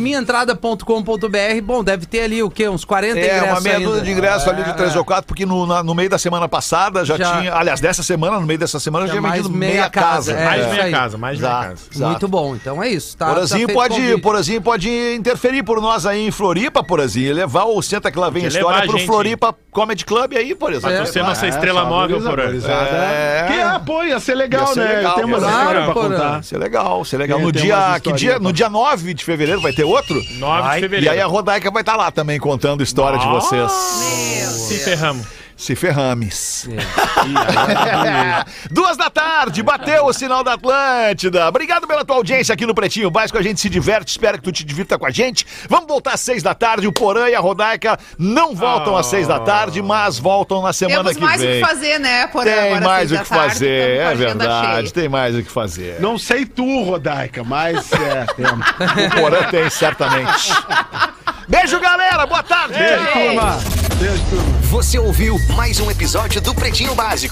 F: minhaentrada.com.br. Bom, deve ter ali o quê? Uns 40
B: É,
F: ingressos
B: uma meia dúzia
F: ainda.
B: de ingresso ali de três ou quatro, porque no, na- no meio da semana passada já,
F: Já.
B: tinha. Aliás, dessa semana, no meio dessa semana, já
F: Já
B: tinha
F: É mais
B: vendido
F: meia
B: meia, casa. Tá,
F: casa, é.
H: Mais
F: isso
H: minha
F: aí.
H: casa, mais minha
B: Exato,
H: casa.
B: exato.
F: Muito bom, então é isso. Tá,
E: Ah,
F: tá
B: Porazinho
F: feito o
B: assim pode,
F: convite.
B: Porazinho pode interferir por nós aí em Floripa, Porazinho, e levar o Senta que lá vem
H: Tem que
B: história
H: levar a
B: pro
H: gente.
B: Floripa Comedy Club aí, por exemplo.
H: Você é nossa estrela móvel, Porã.
B: É.
E: Que é, pô, ia ser legal,
B: Ia ser
E: né?
B: legal,
E: Tem umas
B: Porã.
E: histórias pra
F: Claro, Porã.
E: contar.
B: Isso é legal, isso é legal. No
E: Tem
B: dia, que
E: umas
B: dia?
E: historinhas,
B: No dia 9 de fevereiro vai ter outro?
H: 9 de
B: E
H: fevereiro.
B: aí a Rodaica vai estar lá também contando história de vocês.
H: Se ferramos.
B: Se ferrames. (laughs) Duas da tarde, bateu o sinal da Atlântida. Obrigado pela tua audiência aqui no Pretinho Básico. A gente se diverte, espero que tu te divirta com a gente. Vamos voltar às seis da tarde. O Porã e a Rodaica não voltam às seis da tarde, mas voltam na semana
G: Temos
B: que
G: mais o
B: vem.
G: que fazer, né, Porã?
B: Tem
G: Agora,
B: mais
G: seis
B: o
G: da
B: que
G: tarde,
B: fazer,
G: tamo com a
B: é
G: agenda
B: verdade.
G: cheia.
B: Tem mais o que fazer.
E: Não sei tu, Rodaica, mas é.
B: (laughs)
E: temos.
B: O Porã tem, certamente. Beijo, galera. Boa tarde.
E: Beijo, turma. Beijo, turma.
C: Você ouviu mais um episódio do Pretinho Básico.